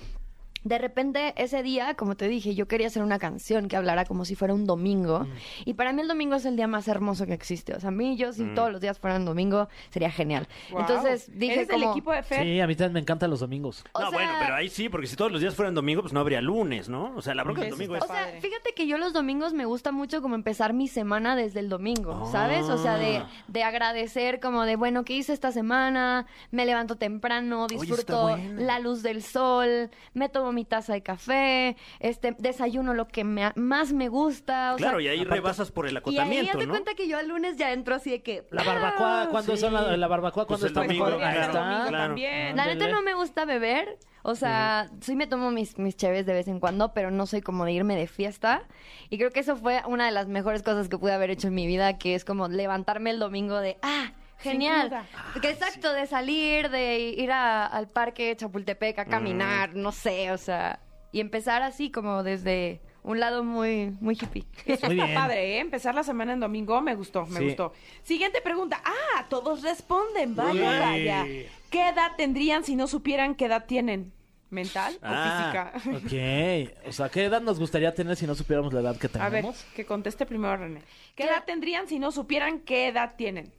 De repente ese día, como te dije, yo quería hacer una canción que hablara como si fuera un domingo. Mm. Y para mí el domingo es el día más hermoso que existe. O sea, a mí yo si Mm. todos los días fueran domingo sería genial. Guau. Entonces dije ¿Eres del como, equipo de Fer? Sí, a mí también me encantan los domingos. o no, sea, bueno, pero ahí sí, porque si todos los días fueran domingo, pues no habría lunes, ¿no? O sea, la bronca del Eso domingo está es... O sea, padre. fíjate que yo los domingos me gusta mucho como empezar mi semana desde el domingo, ¿sabes? O sea, Ah. de, de agradecer como de, bueno, ¿qué hice esta semana? Me levanto temprano, está disfruto bueno. la luz del sol, me tomo mi taza de café, este, desayuno lo que me- más me gusta. O Claro, sea, y ahí rebasas por el y ahí acotamiento, te ¿no? cuenta que yo el lunes ya entro así de que... La Ah, barbacoa, ¿cuándo son la, la barbacoa? Pues ¿Cuándo el está domingo, mejor? Ahí claro, está. claro. También. La neta Ándele. no me gusta beber. O sea, sí me tomo mis, mis cheves de vez en cuando, pero no soy como de irme de fiesta. Y creo que eso fue una de las mejores cosas que pude haber hecho en mi vida, que es como levantarme el domingo de, ah, genial. cruda. Ah, Que exacto, de salir, de ir a- al parque de Chapultepec a caminar, no sé, o sea, y empezar así como desde un lado muy, muy [laughs] hippie. [laughs] Muy Está bien. padre, ¿eh? Empezar la semana en domingo me gustó, me Sí. gustó. Siguiente pregunta. Ah, todos responden, vaya, Uy. vaya. ¿Qué edad tendrían si no supieran qué edad tienen? ¿Mental Ah, o física? Ok. O sea, ¿qué edad nos gustaría tener si no supiéramos la edad que [laughs] A ver, tenemos? que conteste primero René. ¿Qué ¿Qué- edad tendrían si no supieran qué edad tienen?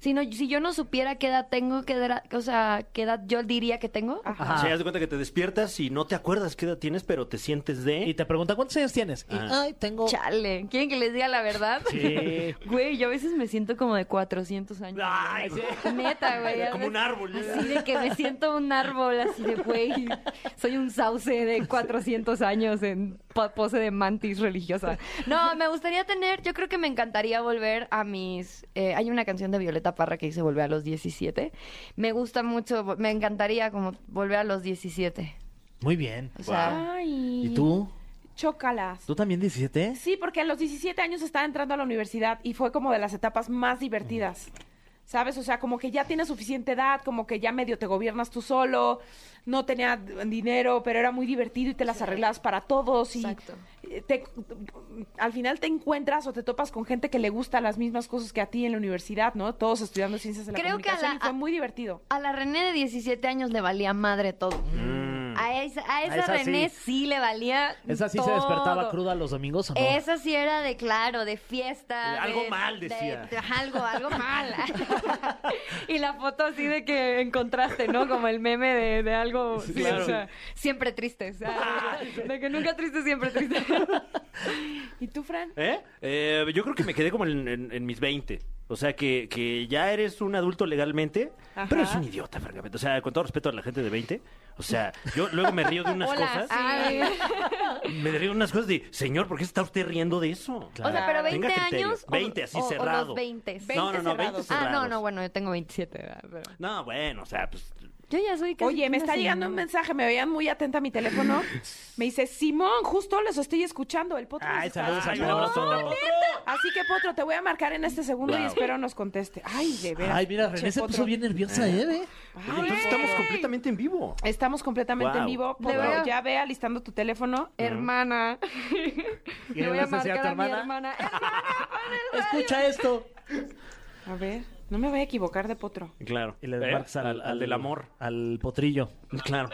si, no, si yo no supiera qué edad tengo, qué edad, o sea, qué edad yo diría que tengo. Ajá. Ajá. O sea, haz de cuenta que te despiertas y no te acuerdas qué edad tienes, pero te sientes de... ¿eh? [laughs] Y te pregunta, ¿cuántos años tienes? Y, Ah. ay, tengo... Chale, ¿quieren que les diga la verdad? Sí. Güey, yo a veces me siento como de 400 años. Ay, güey. Neta, güey. Ah. Como un árbol. Así de que me siento un árbol, así de, güey, soy un sauce de 400 años en po- pose de mantis religiosa. No, me gustaría tener, yo creo que me encantaría volver a mis... eh, hay una canción de Violeta Parra que dice volver a los 17. Me gusta mucho, me encantaría como volver a los 17. Muy bien. O sea, Ay. ¿Y tú? Chócalas. ¿Tú también 17? Sí, porque a los 17 años estaba entrando a la universidad y fue como de las etapas más divertidas. ¿Sabes? O sea, como que ya tienes suficiente edad, como que ya medio te gobiernas tú solo, no tenía d- dinero, pero era muy divertido y te las arreglabas para todos y Exacto. eh, te- al final te encuentras o te topas con gente que le gusta las mismas cosas que a ti en la universidad, ¿no? Todos estudiando ciencias de la Creo que a comunicación la- y fue muy divertido. a la René de 17 años le valía madre todo. Mm. A esa, a esa esa sí. René sí. le valía. ¿Esa sí se todo. despertaba cruda los domingos o no? Esa sí era de claro, de fiesta. Algo de- mal, de- decía. de- [laughs] algo, algo mal. y la foto así de que encontraste, ¿no? Como el meme de, de algo. sí, claro. o sea, siempre triste. [laughs] o sea, de que nunca triste, siempre triste. ¿Y tú, Fran? ¿Eh? Eh, yo creo que me quedé como en, en- en mis 20. O sea, que, que ya eres un adulto legalmente, Ajá. pero eres un idiota, francamente. O sea, con todo respeto a la gente de 20. O sea, yo luego me río de [laughs] [laughs] unas Hola, cosas. sí. Ay. Me río de unas cosas de, señor, ¿por qué está usted riendo de eso? O sea, pero 20 Tenga criterio. años. o- 20, así o- o cerrado. los 20. No, no, no, 20 cerrados. Ah, cerrados. no, no, bueno, Ah, yo tengo 27. ¿verdad? Pero- No, bueno, o sea, pues. Yo ya soy casi Oye, me una está llegando un señora. mensaje, me veían muy atenta a mi teléfono. Me dice, Simón, justo los estoy escuchando, el podcast. Ay, está saludos a escuchando". Potro. Así que, Potro, te voy a marcar en este segundo y Wow. espero nos conteste. Ay, de veras. Ay, mira, pinche René se puso Potro. bien nerviosa, ¿eh? ve? Oye, entonces estamos completamente en vivo. Estamos completamente en Wow. vivo. De Potro, verdad. ya ve alistando tu teléfono. [laughs] Hermana. ¿Qué Le voy a vas a decir a marcar tu a, mi hermana? hermana. Hermana, pon el radio. Escucha esto. A ver, no me voy a equivocar de Potro. Claro. Y le ¿Eh? marcas al, al, al del amor. Al potrillo. [laughs] Claro.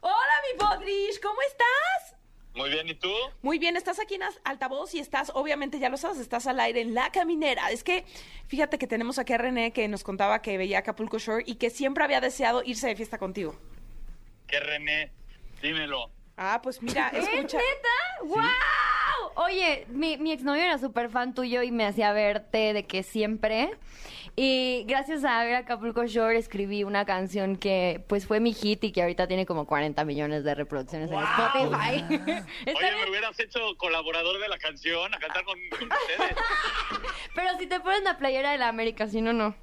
Hola, mi Podrish, ¿cómo estás? Muy bien, ¿y tú? Muy bien, estás aquí en as- altavoz y estás, obviamente ya lo sabes, estás al aire en la caminera. Es que fíjate que tenemos aquí a René que nos contaba que veía Acapulco Shore y que siempre había deseado irse de fiesta contigo. ¿Qué René? Dímelo. Ah, pues mira, Eh, ¿Es escucha. neta? ¡Wow! oye, mi, mi exnovio era súper fan tuyo y me hacía verte de que siempre. Y gracias a ver Acapulco Shore escribí una canción que pues fue mi hit y que ahorita tiene como 40 millones de reproducciones en Spotify. [laughs] Está Oye, bien, me hubieras hecho colaborador de la canción a cantar con, con [laughs] ustedes. Pero si te pones la playera de la América, si no, no.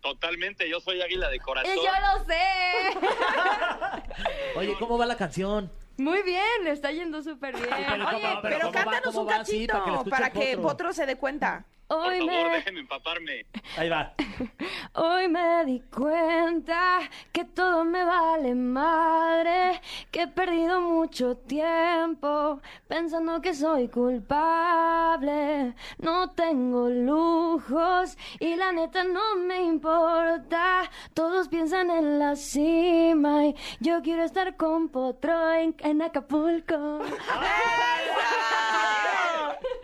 Totalmente, yo soy águila de Eh, corazón. Yo lo sé. [laughs] Oye, ¿cómo va la canción? Muy bien, le está yendo súper bien. pero Oye, pero, ¿cómo- pero cómo va- cántanos cómo un va así cachito para que lo para que, escuche Potro. Potro? se dé cuenta. Por Hoy me, favor, déjenme empaparme. Ahí va. hoy me di cuenta que todo me vale madre, que he perdido mucho tiempo pensando que soy culpable. No tengo lujos y la neta no me importa. Todos piensan en la cima y yo quiero estar con Potro en, en Acapulco. [laughs]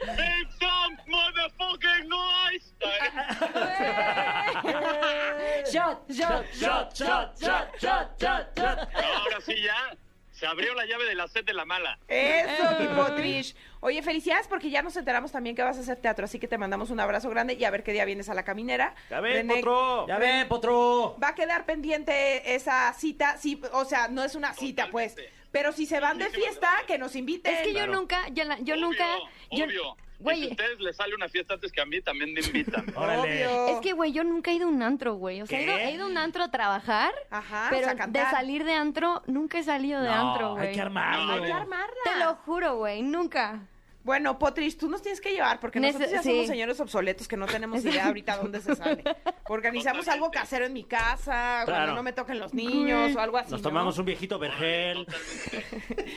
Make some motherfucking noise. [laughs] Shot, shot. [laughs] Shot, shot, shot, shot, shot, shot. No, ahora sí ya. Se abrió la llave de la sed de la mala. [laughs] Eso, mi Potrish. Oye, felicidades porque ya nos enteramos también que vas a hacer teatro, así que te mandamos un abrazo grande y a ver qué día vienes a la caminera. Ya ven, René, Potro. Ya ven, Potro. Va a quedar pendiente esa cita, sí, o sea, no es una cita, pues. Totalmente. Pero si se van de Muchísimas fiesta, gracias. que nos inviten. Es que yo nunca, yo, la- yo Obvio, nunca, yo, Obvio. Y si a güey, ustedes les sale una fiesta antes que a mí, también me invitan. Órale. Obvio. es que güey, yo nunca he ido a un antro, güey, o sea, he ido, ¿Qué? he ido a un antro a trabajar, Ajá, o pero sea, de cantar. salir de antro nunca he salido de No, antro, güey. Hay que armarlo. Hay que armarla. Te lo juro, güey, nunca. Bueno, Potris, tú nos tienes que llevar porque Nece- nosotros ya sí. somos señores obsoletos que no tenemos idea ahorita dónde se sale. Organizamos algo casero en mi casa, cuando Claro. no me toquen los niños o algo así. Nos ¿no? tomamos un viejito vergel. Totalmente.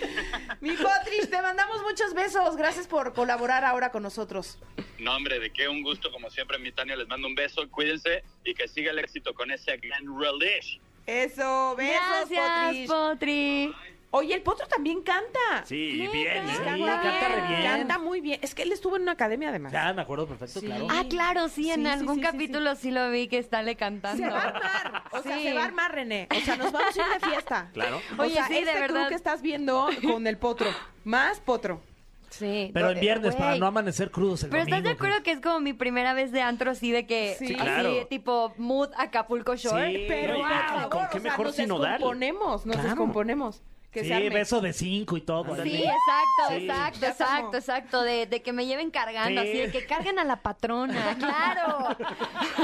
Mi Potris, te mandamos muchos besos. Gracias por colaborar ahora con nosotros. No, hombre, de qué un gusto, como siempre, mi Tania. Les mando un beso, cuídense y que siga el éxito con ese gran relish. Eso, besos, Gracias, Potris. Potri. Oye, el Potro también canta. Sí, Neta. bien, Sí, ¿eh? canta re bien. Canta muy bien. Es que él estuvo en una academia además. Ya me acuerdo perfecto, claro. Ah, claro, sí, Sí, en sí, algún sí, sí, capítulo sí. lo vi que está le Se cantando. va a armar. O sea, Sí. se va a armar, René. O sea, nos vamos a ir de fiesta. Claro. Oye, Oye, o sea, sí, de este crew verdad. que estás viendo con el potro. Más potro. Sí. Pero en viernes, para Güey. no amanecer crudos el Pero estás de domingo, acuerdo que es como mi primera vez de antro así de que Sí. Sí, así, claro. tipo mood Acapulco Shore. Sí. Pero por Oye, ¿con favor, qué o sea, mejor nos sinodal? descomponemos, nos Claro. descomponemos. Que se Sí, arme. beso de cinco y todo. Sí, Ándale. exacto, Sí. Ya exacto, como- exacto, exacto. De, de que me lleven cargando, Sí. así de que carguen a la [laughs] patrona, claro.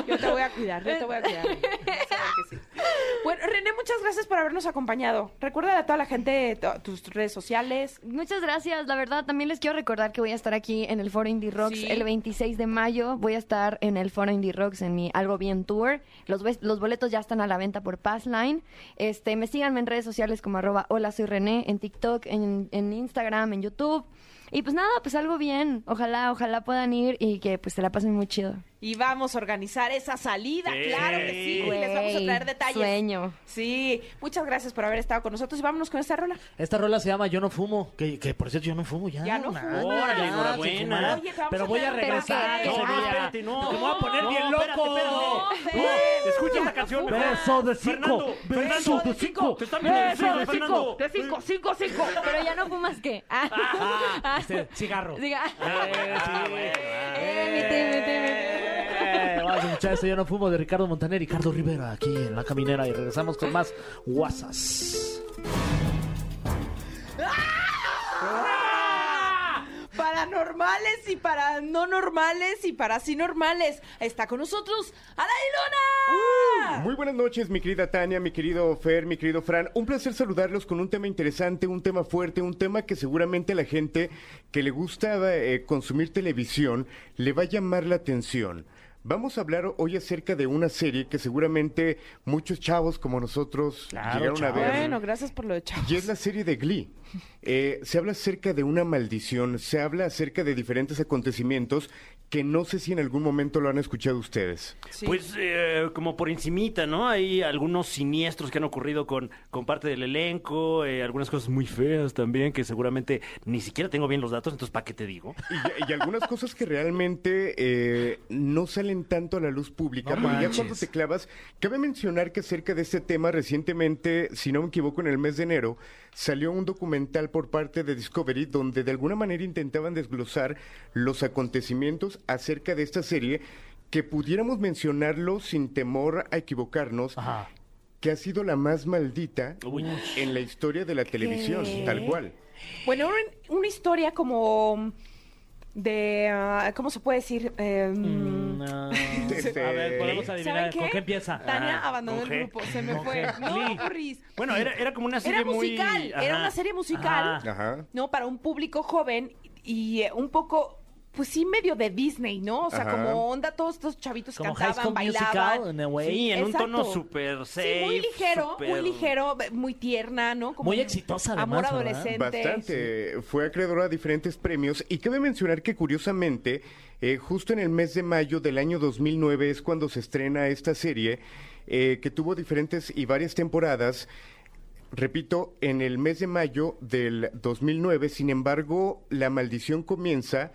Yo te voy a cuidar, yo te voy a cuidar. Sabes que sí. Bueno, René, muchas gracias por habernos acompañado. Recuerda a toda la gente to- tus redes sociales. Muchas gracias, la verdad. También les quiero recordar que voy a estar aquí en el Foro Indie Rocks Sí. el 26 de mayo. Voy a estar en el Foro Indie Rocks en mi Algo Bien Tour. Los, bes- los boletos ya están a la venta por Passline. Este, me síganme en redes sociales como arroba hola soy René, en TikTok, en, en Instagram, en YouTube. Y pues nada, pues algo bien. Ojalá, ojalá puedan ir y que pues se la pasen muy chido. Y vamos a organizar esa salida, Sí. claro que sí. y les vamos a Güey, traer detalles. Sueño. Sí, muchas gracias por haber estado con nosotros y vámonos con esta rola. Esta rola se llama Yo no fumo, que, que por cierto yo no fumo ya. Ya no nah, fumas. Órale, ya, enhorabuena. sin fumar. Oye, te vamos pero a voy a traer- regresar. Pero que- ese No, no, día. espérate, no. Porque me voy a poner No, bien espérate, loco. espérate. No, Fer, Escucha ya la no canción. fumas. Beso de cinco. Fernando, Beso Fernando, de cinco. te están Beso viendo, de cinco. Fernando. De cinco, cinco, cinco. Pero ya no fumas qué. Ah. Ah, este, cigarro. [laughs] Diga. ah. Eh, sí. Eh, mi tío, mi tío, mi tío. Eh, Vamos a escuchar esto Yo no fumo de Ricardo Montaner y Ricardo Rivera aquí en La Caminera y regresamos con más guasas. Paranormales y para no normales y para sí normales. Está con nosotros Alain Luna. Muy buenas noches, mi querida Tania, mi querido Fer, mi querido Fran. Un placer saludarlos con un tema interesante, un tema fuerte, un tema que seguramente a la gente que le gusta eh, consumir televisión le va a llamar la atención. Vamos a hablar hoy acerca de una serie que seguramente muchos chavos como nosotros Claro, llegaron a ver. Bueno, gracias por lo de chavos. Y es la serie de Glee. Eh, se habla acerca de una maldición, se habla acerca de diferentes acontecimientos que no sé si en algún momento lo han escuchado ustedes. Sí. Pues eh, como por encimita, ¿no? Hay algunos siniestros que han ocurrido con, con parte del elenco, eh, algunas cosas muy feas también que seguramente ni siquiera tengo bien los datos, entonces ¿para qué te digo? Y, y algunas cosas que realmente eh, no salen tanto a la luz pública, No porque ya manches. cuando te clavas, cabe mencionar que acerca de este tema recientemente, si no me equivoco, en el mes de enero, salió un documental por parte de Discovery donde de alguna manera intentaban desglosar los acontecimientos acerca de esta serie que pudiéramos mencionarlo sin temor a equivocarnos Ajá. que ha sido la más maldita en la historia de la televisión, tal cual. Bueno, un- una historia como de, ah, ¿cómo se puede decir? Eh, Mm, ah, Este- A ver, podemos ¿Saben adivinar. qué? ¿Con qué empieza? Tania Ah, abandonó con el G. grupo, se me Con fue. G. No, Sí. Burris. Bueno, era, era como una serie Era muy... musical, era Ajá. una serie musical. Ajá. Ajá. ¿no? Para un público joven y eh, un poco, pues sí, medio de Disney, ¿no? O sea, Ajá. como onda, todos estos chavitos Como High cantaban, School bailaban. Musical, in a way. Sí, en un Exacto. tono súper Sí, safe. muy ligero, muy súper- ligero, be- muy tierna, ¿no? Muy exitosa además, Amor ¿verdad? adolescente. Bastante. Fue acreedora a diferentes premios. Y cabe mencionar que, curiosamente, eh, justo en el mes de mayo del año 2009 es cuando se estrena esta serie, eh, que tuvo diferentes y varias temporadas. Repito, en el mes de mayo del 2009, sin embargo, la maldición comienza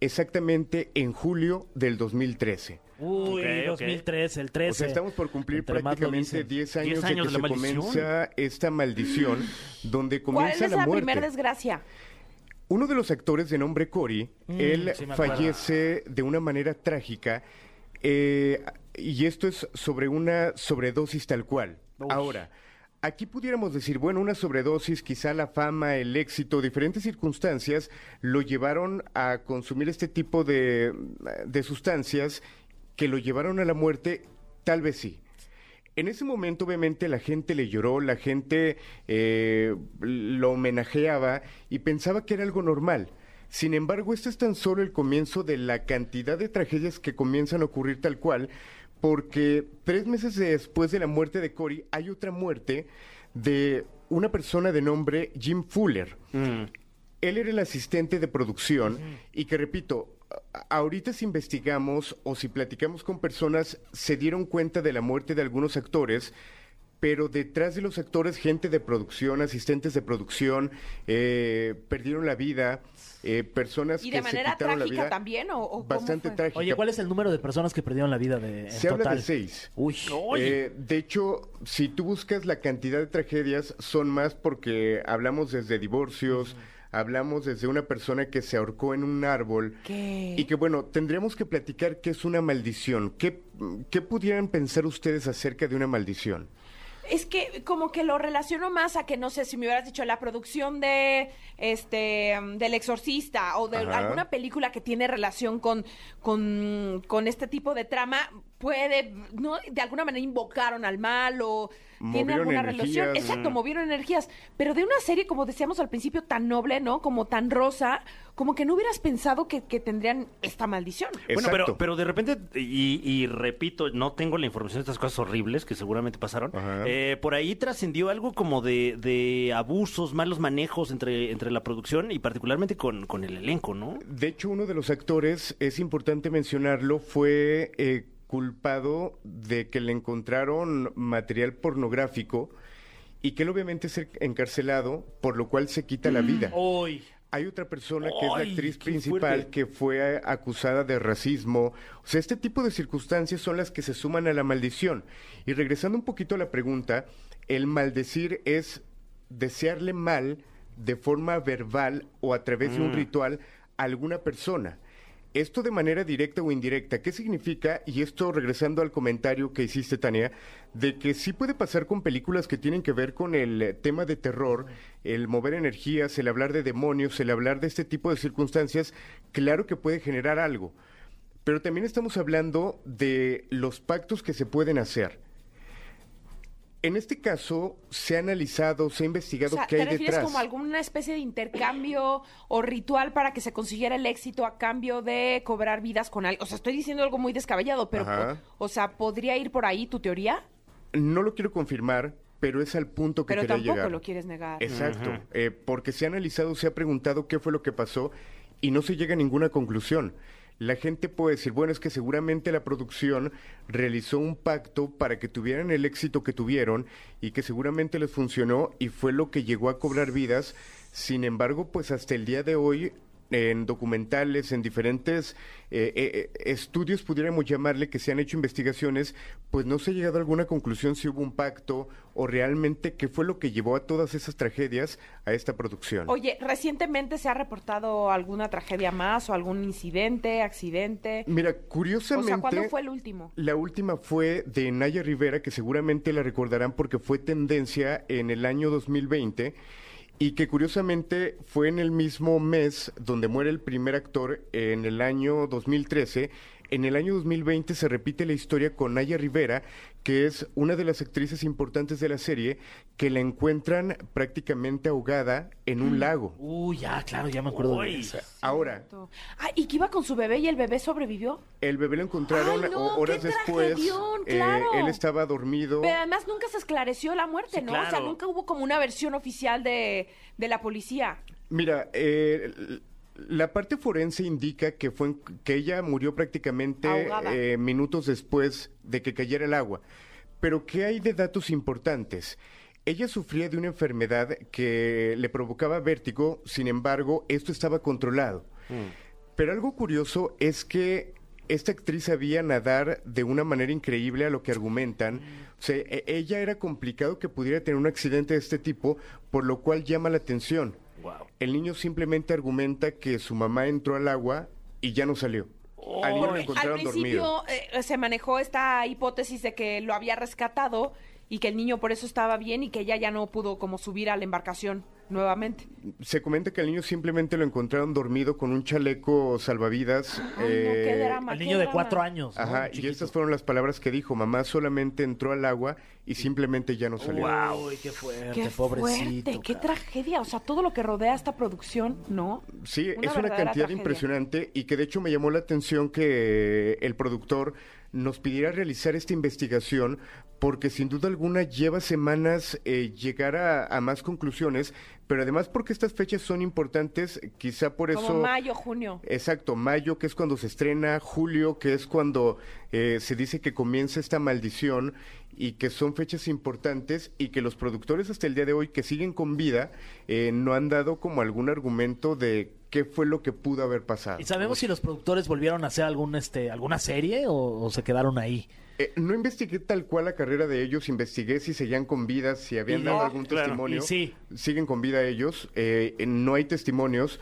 exactamente en julio del 2013. Uy, Ok, ok. 2003, el 13. O sea, estamos por cumplir Entre más lo prácticamente dicen. 10 años, 10 años de de que la se maldición. comienza esta maldición, donde ¿Cuál comienza es la la muerte. primera desgracia? Uno de los actores de nombre Cory, Mm, él sí me acuerdo. fallece de una manera trágica eh, y esto es sobre una sobredosis tal cual. Uy. Ahora, aquí pudiéramos decir, bueno, una sobredosis, quizá la fama, el éxito, diferentes circunstancias lo llevaron a consumir este tipo de, de sustancias que lo llevaron a la muerte, tal vez sí. En ese momento, obviamente, la gente le lloró, la gente eh, lo homenajeaba y pensaba que era algo normal. Sin embargo, este es tan solo el comienzo de la cantidad de tragedias que comienzan a ocurrir tal cual, porque tres meses después de la muerte de Cory hay otra muerte de una persona de nombre Jim Fuller. Mm. Él era el asistente de producción y que repito, a- ahorita si investigamos o si platicamos con personas, se dieron cuenta de la muerte de algunos actores, pero detrás de los actores, gente de producción, asistentes de producción, eh, perdieron la vida, eh, personas ¿Y que de se manera quitaron la vida. trágica también? ¿O, o cómo bastante fue? trágica. Oye, ¿cuál es el número de personas que perdieron la vida de, en Se habla total? de seis. Uy. Eh, de hecho, si tú buscas la cantidad de tragedias, son más porque hablamos desde divorcios, hablamos desde una persona que se ahorcó en un árbol. ¿Qué? Y que bueno, tendríamos que platicar qué es una maldición. ¿Qué, qué pudieran pensar ustedes acerca de una maldición? Es que como que lo relaciono más a que no sé si me hubieras dicho la producción de este mm, del exorcista o de Ajá. alguna película que tiene relación con, con con este tipo de trama puede no de alguna manera invocaron al malo tiene Movieron alguna energías. relación exacto movieron energías pero de una serie como decíamos al principio tan noble no como tan rosa como que no hubieras pensado que, que tendrían esta maldición Bueno, Exacto. pero, pero de repente, y, y repito, no tengo la información de estas cosas horribles que seguramente pasaron. Ajá. eh, por ahí trascendió algo como de, de abusos, malos manejos entre, entre la producción y particularmente con, con el elenco, ¿no? De hecho, uno de los actores, es importante mencionarlo, fue eh, culpado de que le encontraron material pornográfico y que él obviamente es encarcelado, por lo cual se quita la vida. Uy. Hay otra persona que es la ¡Ay, actriz qué principal fuerte! que fue eh, acusada de racismo. O sea, este tipo de circunstancias son las que se suman a la maldición. Y regresando un poquito a la pregunta, el maldecir es desearle mal de forma verbal o a través Mm. de un ritual a alguna persona. Esto de manera directa o indirecta, ¿qué significa? Y esto regresando al comentario que hiciste, Tania, de que sí puede pasar con películas que tienen que ver con el eh, tema de terror, el mover energías, el hablar de demonios, el hablar de este tipo de circunstancias, claro que puede generar algo. Pero también estamos hablando de los pactos que se pueden hacer. En este caso, se ha analizado, se O ha investigado sea, qué ¿te hay refieres detrás. como alguna especie de intercambio o ritual para que se consiguiera el éxito a cambio de cobrar vidas con alguien? O sea, estoy diciendo algo muy descabellado, pero, Ajá. o, o sea, ¿podría ir por ahí tu teoría? No lo quiero confirmar, pero es al punto que Pero quería tampoco llegar. lo quieres negar. Exacto, eh, porque se ha analizado, se ha preguntado qué fue lo que pasó y no se llega a ninguna conclusión. La gente puede decir, bueno, es que seguramente la producción realizó un pacto para que tuvieran el éxito que tuvieron y que seguramente les funcionó y fue lo que llegó a cobrar vidas. Sin embargo, pues hasta el día de hoy en documentales, en diferentes eh, eh, estudios, pudiéramos llamarle, que se han hecho investigaciones, pues no se ha llegado a alguna conclusión si hubo un pacto o realmente qué fue lo que llevó a todas esas tragedias a esta producción. Oye, ¿recientemente se ha reportado alguna tragedia más o algún incidente, accidente? Mira, O curiosamente... sea, ¿cuándo fue el último? La última fue de Naya Rivera, que seguramente la recordarán porque fue tendencia en el año 2020 y que curiosamente fue en el mismo mes donde muere el primer actor en el año 2013. En el año 2020 se repite la historia con Naya Rivera, que es una de las actrices importantes de la serie, que la encuentran prácticamente ahogada en Mm. un lago. Uy, ya, claro, ya me acuerdo de Uy. esa. Ahora, Ah, y que iba con su bebé y el bebé sobrevivió. el bebé lo encontraron Ay, no, o- horas qué después. eh, tragedión, claro. él estaba dormido. Pero además nunca se esclareció la muerte, Sí, ¿no? O sea, claro. nunca hubo como una versión oficial de, de la policía. Mira, eh, l- la parte forense indica que fue en- que ella murió prácticamente Ahogada. eh, minutos después de que cayera el agua. Pero ¿qué hay de datos importantes? Ella sufría de una enfermedad que le provocaba vértigo, sin embargo, esto estaba controlado. Pero algo curioso es que esta actriz sabía nadar de una manera increíble a lo que argumentan. O sea, e- ella era complicado que pudiera tener un accidente de este tipo, por lo cual llama la atención. Wow. El niño simplemente argumenta que su mamá entró al agua y ya no salió. Al niño lo Porque al encontraron dormido. principio eh, se manejó esta hipótesis de que lo había rescatado y que el niño por eso estaba bien y que ella ya no pudo como subir a la embarcación nuevamente. Se comenta que el niño simplemente lo encontraron dormido con un chaleco salvavidas. Ay, no, qué eh, drama, El qué niño de drama. cuatro años. ¿no? Ajá, y Chiquito. estas fueron las palabras que dijo. Mamá solamente entró al agua y simplemente ya no salió. Guau, qué fuerte, Qué pobrecito. fuerte, qué cabrón. tragedia. O sea, todo lo que rodea esta producción, ¿no? Sí, Una es una verdadera cantidad tragedia. impresionante y que de hecho me llamó la atención que el productor nos pidiera realizar esta investigación porque sin duda alguna lleva semanas eh, llegar a, a más conclusiones, pero además porque estas fechas son importantes, quizá por Como eso... mayo, junio. Exacto, mayo que es cuando se estrena, julio que es cuando eh, se dice que comienza esta maldición y que son fechas importantes y que los productores hasta el día de hoy que siguen con vida eh, no han dado como algún argumento de qué fue lo que pudo haber pasado. ¿Y sabemos si los productores volvieron a hacer algún, este, alguna serie o, o se quedaron ahí? Eh, no investigué tal cual la carrera de ellos, investigué si seguían con vida, si habían Y- dado Ah, algún claro, testimonio. y sí. Siguen con vida ellos, eh, eh, no hay testimonios.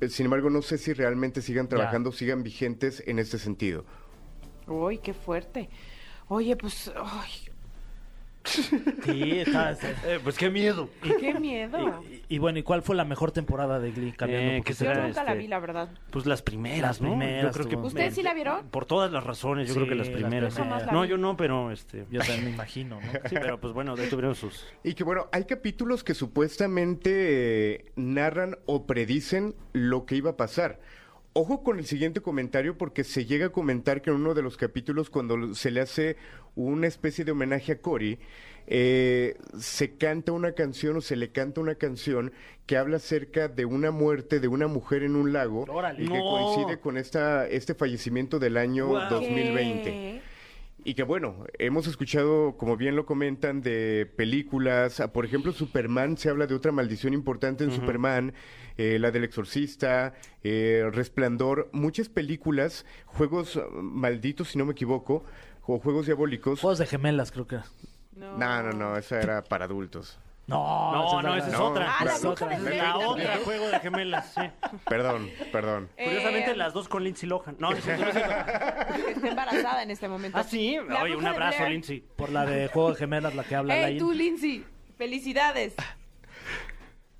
eh, Sin embargo, no sé si realmente sigan Ya. trabajando, sigan vigentes en este sentido. Uy, qué fuerte. Oye, pues, ay, Sí, [laughs] está. está- Eh, pues qué miedo. qué miedo. Y, y bueno, ¿y cuál fue la mejor temporada de Glee? Cambiando Eh, un poquito ¿qué de Yo será tema. nunca la este- vi, la verdad. Pues las primeras, Las ¿no? primeras, yo creo que tú. ¿Ustedes sí la vieron? Por todas las razones, yo Sí, creo que las las primeras. primeras. No, yo no, pero este Yo también me imagino, ¿no? [laughs] Sí, pero pues bueno, ahí tuvieron sus Y que bueno, hay capítulos que supuestamente eh, narran o predicen lo que iba a pasar. Ojo con el siguiente comentario porque se llega a comentar que en uno de los capítulos cuando se le hace una especie de homenaje a Cory, eh, se canta una canción o se le canta una canción que habla acerca de una muerte de una mujer en un lago Órale. y que No. coincide con esta, este fallecimiento del año Guau. 2020. ¿Qué? Y que bueno, hemos escuchado, como bien lo comentan, de películas, ah, por ejemplo, Superman, se habla de otra maldición importante en Superman, eh, la del exorcista, eh, Resplandor, muchas películas, juegos ah, malditos, si no me equivoco, o juegos diabólicos. Juegos de gemelas, creo que. era. No. No, no, no, esa era para adultos. No, No, no, esa es No, otra. Ah, la es bruja otra. de La Blair La también. otra juego de gemelas, sí. Perdón, perdón. Eh, Curiosamente las dos con Lindsay Lohan. No, no es cierto, no es cierto. [laughs] pues, Está embarazada en este momento. [laughs] Ah, sí. La Oye, un bruja de abrazo, Blair. Lindsay. Por la de Juego de Gemelas, la que habla ¡Ey, Lain. Eh, tú, Lindsay! ¡Felicidades!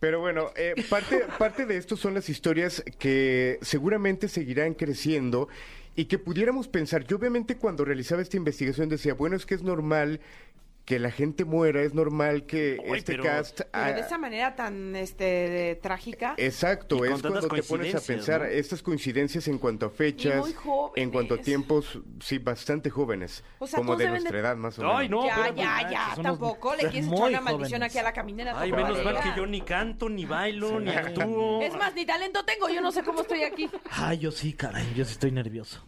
Pero bueno, eh, [laughs] parte, parte de esto son las historias que seguramente seguirán creciendo y que pudiéramos pensar. Yo obviamente cuando realizaba esta investigación decía, bueno, es que es normal que la gente muera, es normal que Uy, este pero- cast... Pero de ah, Eh, esa manera tan este, de- trágica. Exacto, Y con es tantas cuando te pones a coincidencias, pensar ¿no? estas coincidencias en cuanto a Y fechas, muy jóvenes. en cuanto a tiempos, sí, bastante jóvenes, O sea, como todos de deben de- nuestra edad más o menos. Ay, no, ya, espérate. ya, pues, ya, somos tampoco. Le quieres muy echar una maldición jóvenes. aquí a la caminera. Ay, tampoco, menos mal amiga. que yo ni canto, ni bailo, ni Sí. actúo. Es más, ni talento tengo, yo no sé cómo estoy aquí. Ay, yo sí, caray, yo sí estoy nervioso.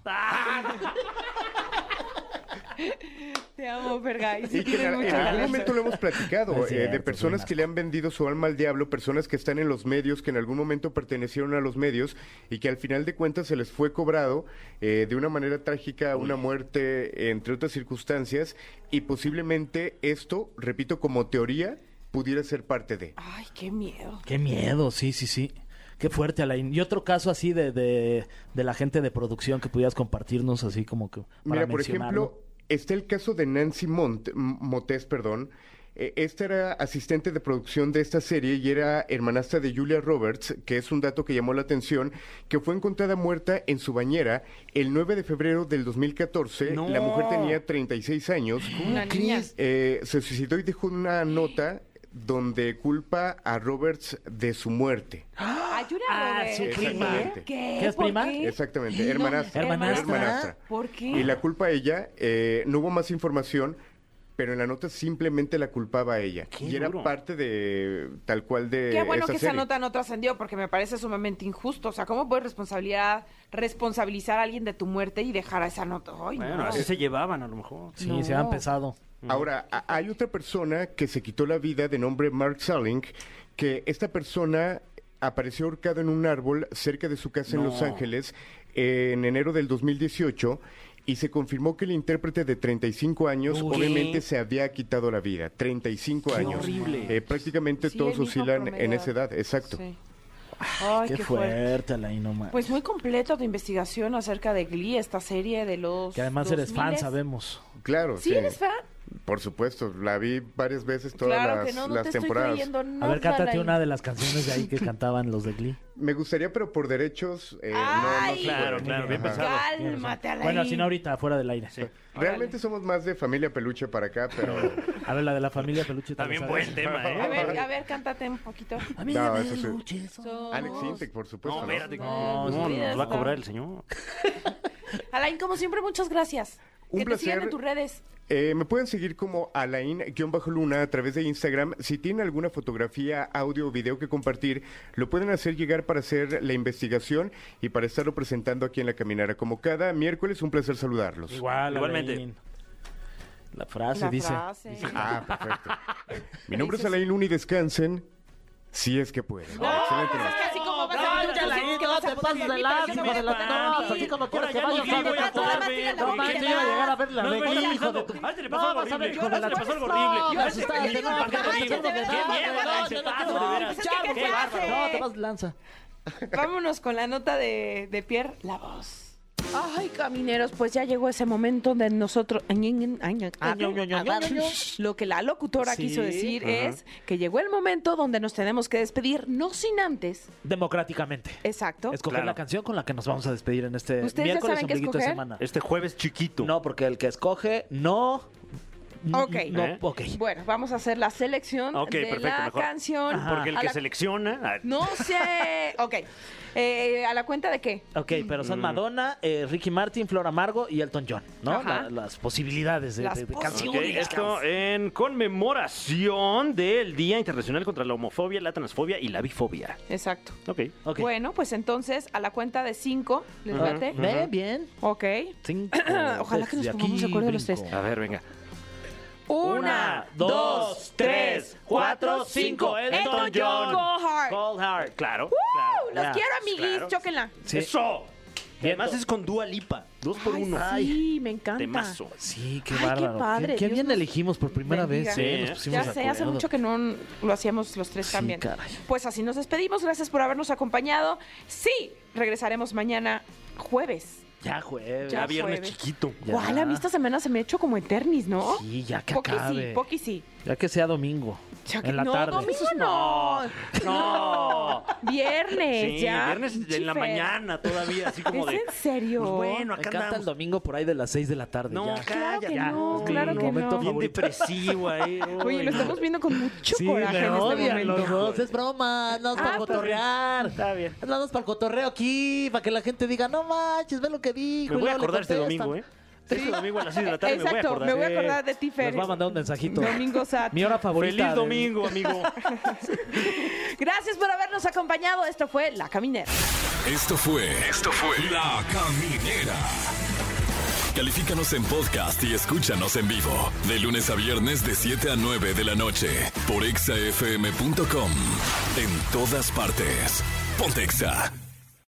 Te amo, Fergay. Sí, Y que tienes en, mucho en algún talento. momento lo hemos platicado, Es eh, de cierto, personas soy que le han vendido su alma al diablo, personas que están en los medios, que en algún momento pertenecieron a los medios y que al final de cuentas se les fue cobrado eh, de una manera trágica una muerte, entre otras circunstancias, y posiblemente esto, repito, como teoría, pudiera ser parte de. Ay, qué miedo. Qué miedo, sí, sí, sí. Qué fuerte, Alain. Y otro caso así de, de, de la gente de producción que pudieras compartirnos así como que... Para Mira, por mencionarlo. ejemplo, está el caso de Nancy Mont- M- Motés, perdón. Eh, Esta era asistente de producción de esta serie y era hermanastra de Julia Roberts, que es un dato que llamó la atención, que fue encontrada muerta en su bañera el 9 de febrero del 2014. No. La mujer tenía 36 años. Una niña. Eh, se suicidó y dejó una nota donde culpa a Roberts de su muerte. Ayúdame. Ah, su prima. ¿Qué? ¿Qué? ¿Qué es ¿Por prima? qué? Exactamente, hermanastra. Hermanastra. ¿Por qué? Y la culpa a ella, eh, no hubo más información, pero en la nota simplemente la culpaba a ella. Qué Y era duro. parte de tal cual de... Qué bueno esta que esa serie. nota no trascendió porque me parece sumamente injusto. O sea, ¿cómo puedes responsabilidad, responsabilizar a alguien de tu muerte y dejar a esa nota? Ay, Bueno, no. así se llevaban a lo mejor. Sí, No. se han pesado. Ahora, a- hay otra persona que se quitó la vida de nombre Mark Salink, que esta persona apareció ahorcado en un árbol cerca de su casa en No. Los Ángeles en enero del 2018 y se confirmó que el intérprete de 35 años Uy. obviamente se había quitado la vida. 35 Qué años. horrible. Eh, prácticamente Sí, todos el mismo oscilan promedio. en esa edad, exacto. Sí. Ay, qué, qué, fuerte, fuerte. Alain, no manches. Pues muy completa tu investigación acerca de Glee, esta serie de los. Que además eres fan, 2000s. sabemos. Claro, ¿Sí eres fan? Por supuesto, la vi varias veces todas claro las, que no, no las te temporadas. estoy creyendo A nada. ver, cántate Alain. una de las canciones de ahí que cantaban los de Glee. Me gustaría, pero por derechos... eh, no- no, Ay, se Claro, puede. claro, bien Ajá. pensado. Cálmate, Alain. Bueno, así no ahorita, fuera del aire. Realmente somos más de familia peluche para acá, pero [laughs] A ver, la de la familia Peluche. ¿te la También sabes? buen tema, A ¿eh? ver, a ver, cántate un poquito. no, eso sí. Somos- Alex Intec, por supuesto. No, ¿no? espérate. No, No, sí, nos va a está. cobrar el señor. Alain, como siempre, muchas gracias. Un que te sigan placer. en tus redes. Eh, me pueden seguir como Alain-Luna a través de Instagram. Si tienen alguna fotografía, audio o video que compartir, lo pueden hacer llegar para hacer la investigación y para estarlo presentando aquí en La Caminera. Como cada miércoles, un placer saludarlos. Igual, Igualmente. Alain. La frase La dice. frase. Ah, perfecto. Mi nombre es Alain Luna y descansen si es que pueden. Excelente noche. Así como vas a Cállate, poner Alain, que no vas a te poner pases de mi lanza, perfil, hijo de la- me no, vas a así como poner quieras que vaya, mi perfil, voy a me vas a ponerme, poner no mi manches, perfil. yo iba a llegar a verla, No, güey, no, no, hijo de no, tu- ahorita le pasó No, algo vas a ver, horrible, yo ahorita la le pasó algo puedo- horrible. No, Ahorita me asustaste, le pasó no, algo cállate, horrible. de verdad, Qué miedo, de verdad, se de pasa, verdad. de veras. Pues es que Qué ¿qué bárbaro. hace? No, te vas lanza. Vámonos con la nota de, de Pierre, la voz. Ay, camineros, pues ya llegó ese momento de nosotros. Ah, Lo que la locutora Sí, quiso decir ajá. es que llegó el momento donde nos tenemos que despedir, no sin antes. Democráticamente. Exacto. Escoger Claro. la canción con la que nos vamos a despedir en este ¿Ustedes ya miércoles saben qué ombliguito de escoger? semana. Este jueves chiquito. No, porque el que escoge no. Ok. No, ¿Eh? ok. Bueno, vamos a hacer la selección Ok, de perfecto, la mejor. canción. Ajá. Porque el A que la- selecciona. ah, No [laughs] sé. Ok. Eh, ¿A la cuenta de qué? Ok, pero Mm. son Madonna, eh, Ricky Martin, Flor Amargo y Elton John, ¿no? Ajá. La- las posibilidades de, Las de- de pos- Ok, canciones. esto en conmemoración del Día Internacional contra la Homofobia, la Transfobia y la Bifobia. Exacto. Ok. Ok. Bueno, pues entonces a la cuenta de cinco, les Ajá. late. Ve, bien. Ok. Cinco, [clears throat] Ojalá que nos desde pongamos de aquí, acuerdo los brinco. tres. A ver, venga. Una, dos, tres, cuatro, cinco. Elton John. Go hard. Cold Heart. Claro. ¡Woo! Los claro. quiero, amiguis. Claro. Chóquenla. Sí. ¡Eso! Y además es con Dua Lipa. Dos por Ay, uno. sí, me encanta. Temazo. Sí, qué Ay, qué bárbaro. Qué, padre, qué Dios bien nos elegimos por primera bendiga. vez. eh, Sí, nos ¿eh? pusimos Ya de sé, hace acuerdo. mucho que no lo hacíamos los tres Sí, también. caray. Pues así nos despedimos. Gracias por habernos acompañado. Sí, regresaremos mañana jueves. Ya, jueves. Ya Ya viernes jueves. chiquito. [laughs] Ya. Guau, la esta semana se me ha hecho como eternis, ¿no? Sí, ya que Poqui sí, acabe. Poqui sí. Ya que sea domingo. Ya que- en la no, tarde. domingo no. No. Viernes, Sí, ya. viernes en la Chifer. mañana todavía, así como ¿Es de. en serio? Pues bueno, Me acá encanta el andamos. domingo por ahí de las 6 de la tarde. No, ya. Claro que calla, ya. no, Es mi claro que momento no. Bien favorito. depresivo ahí. Oye, uy, lo no. estamos viendo con mucho Sí, coraje me en este odian los momento. dos. Es broma, no Ah, es para pero- cotorrear. Está bien. Nada más para el cotorreo aquí, para que la gente diga, no manches, ve lo que dijo. Me y voy a luego le acordar este contestan". domingo, ¿eh? Este domingo a las 6 de la tarde me voy a Exacto, acordar. me voy a acordar de ti, Fer. Les va a mandar un mensajito. Domingo Sat. Mi hora favorita. Feliz del- domingo, amigo. [laughs] Gracias por habernos acompañado. Esto fue La Caminera. Esto fue. Esto fue. La Caminera. Califícanos en podcast y escúchanos en vivo de lunes a viernes de 7 a 9 de la noche por exafm.com. En todas partes. Pontexa.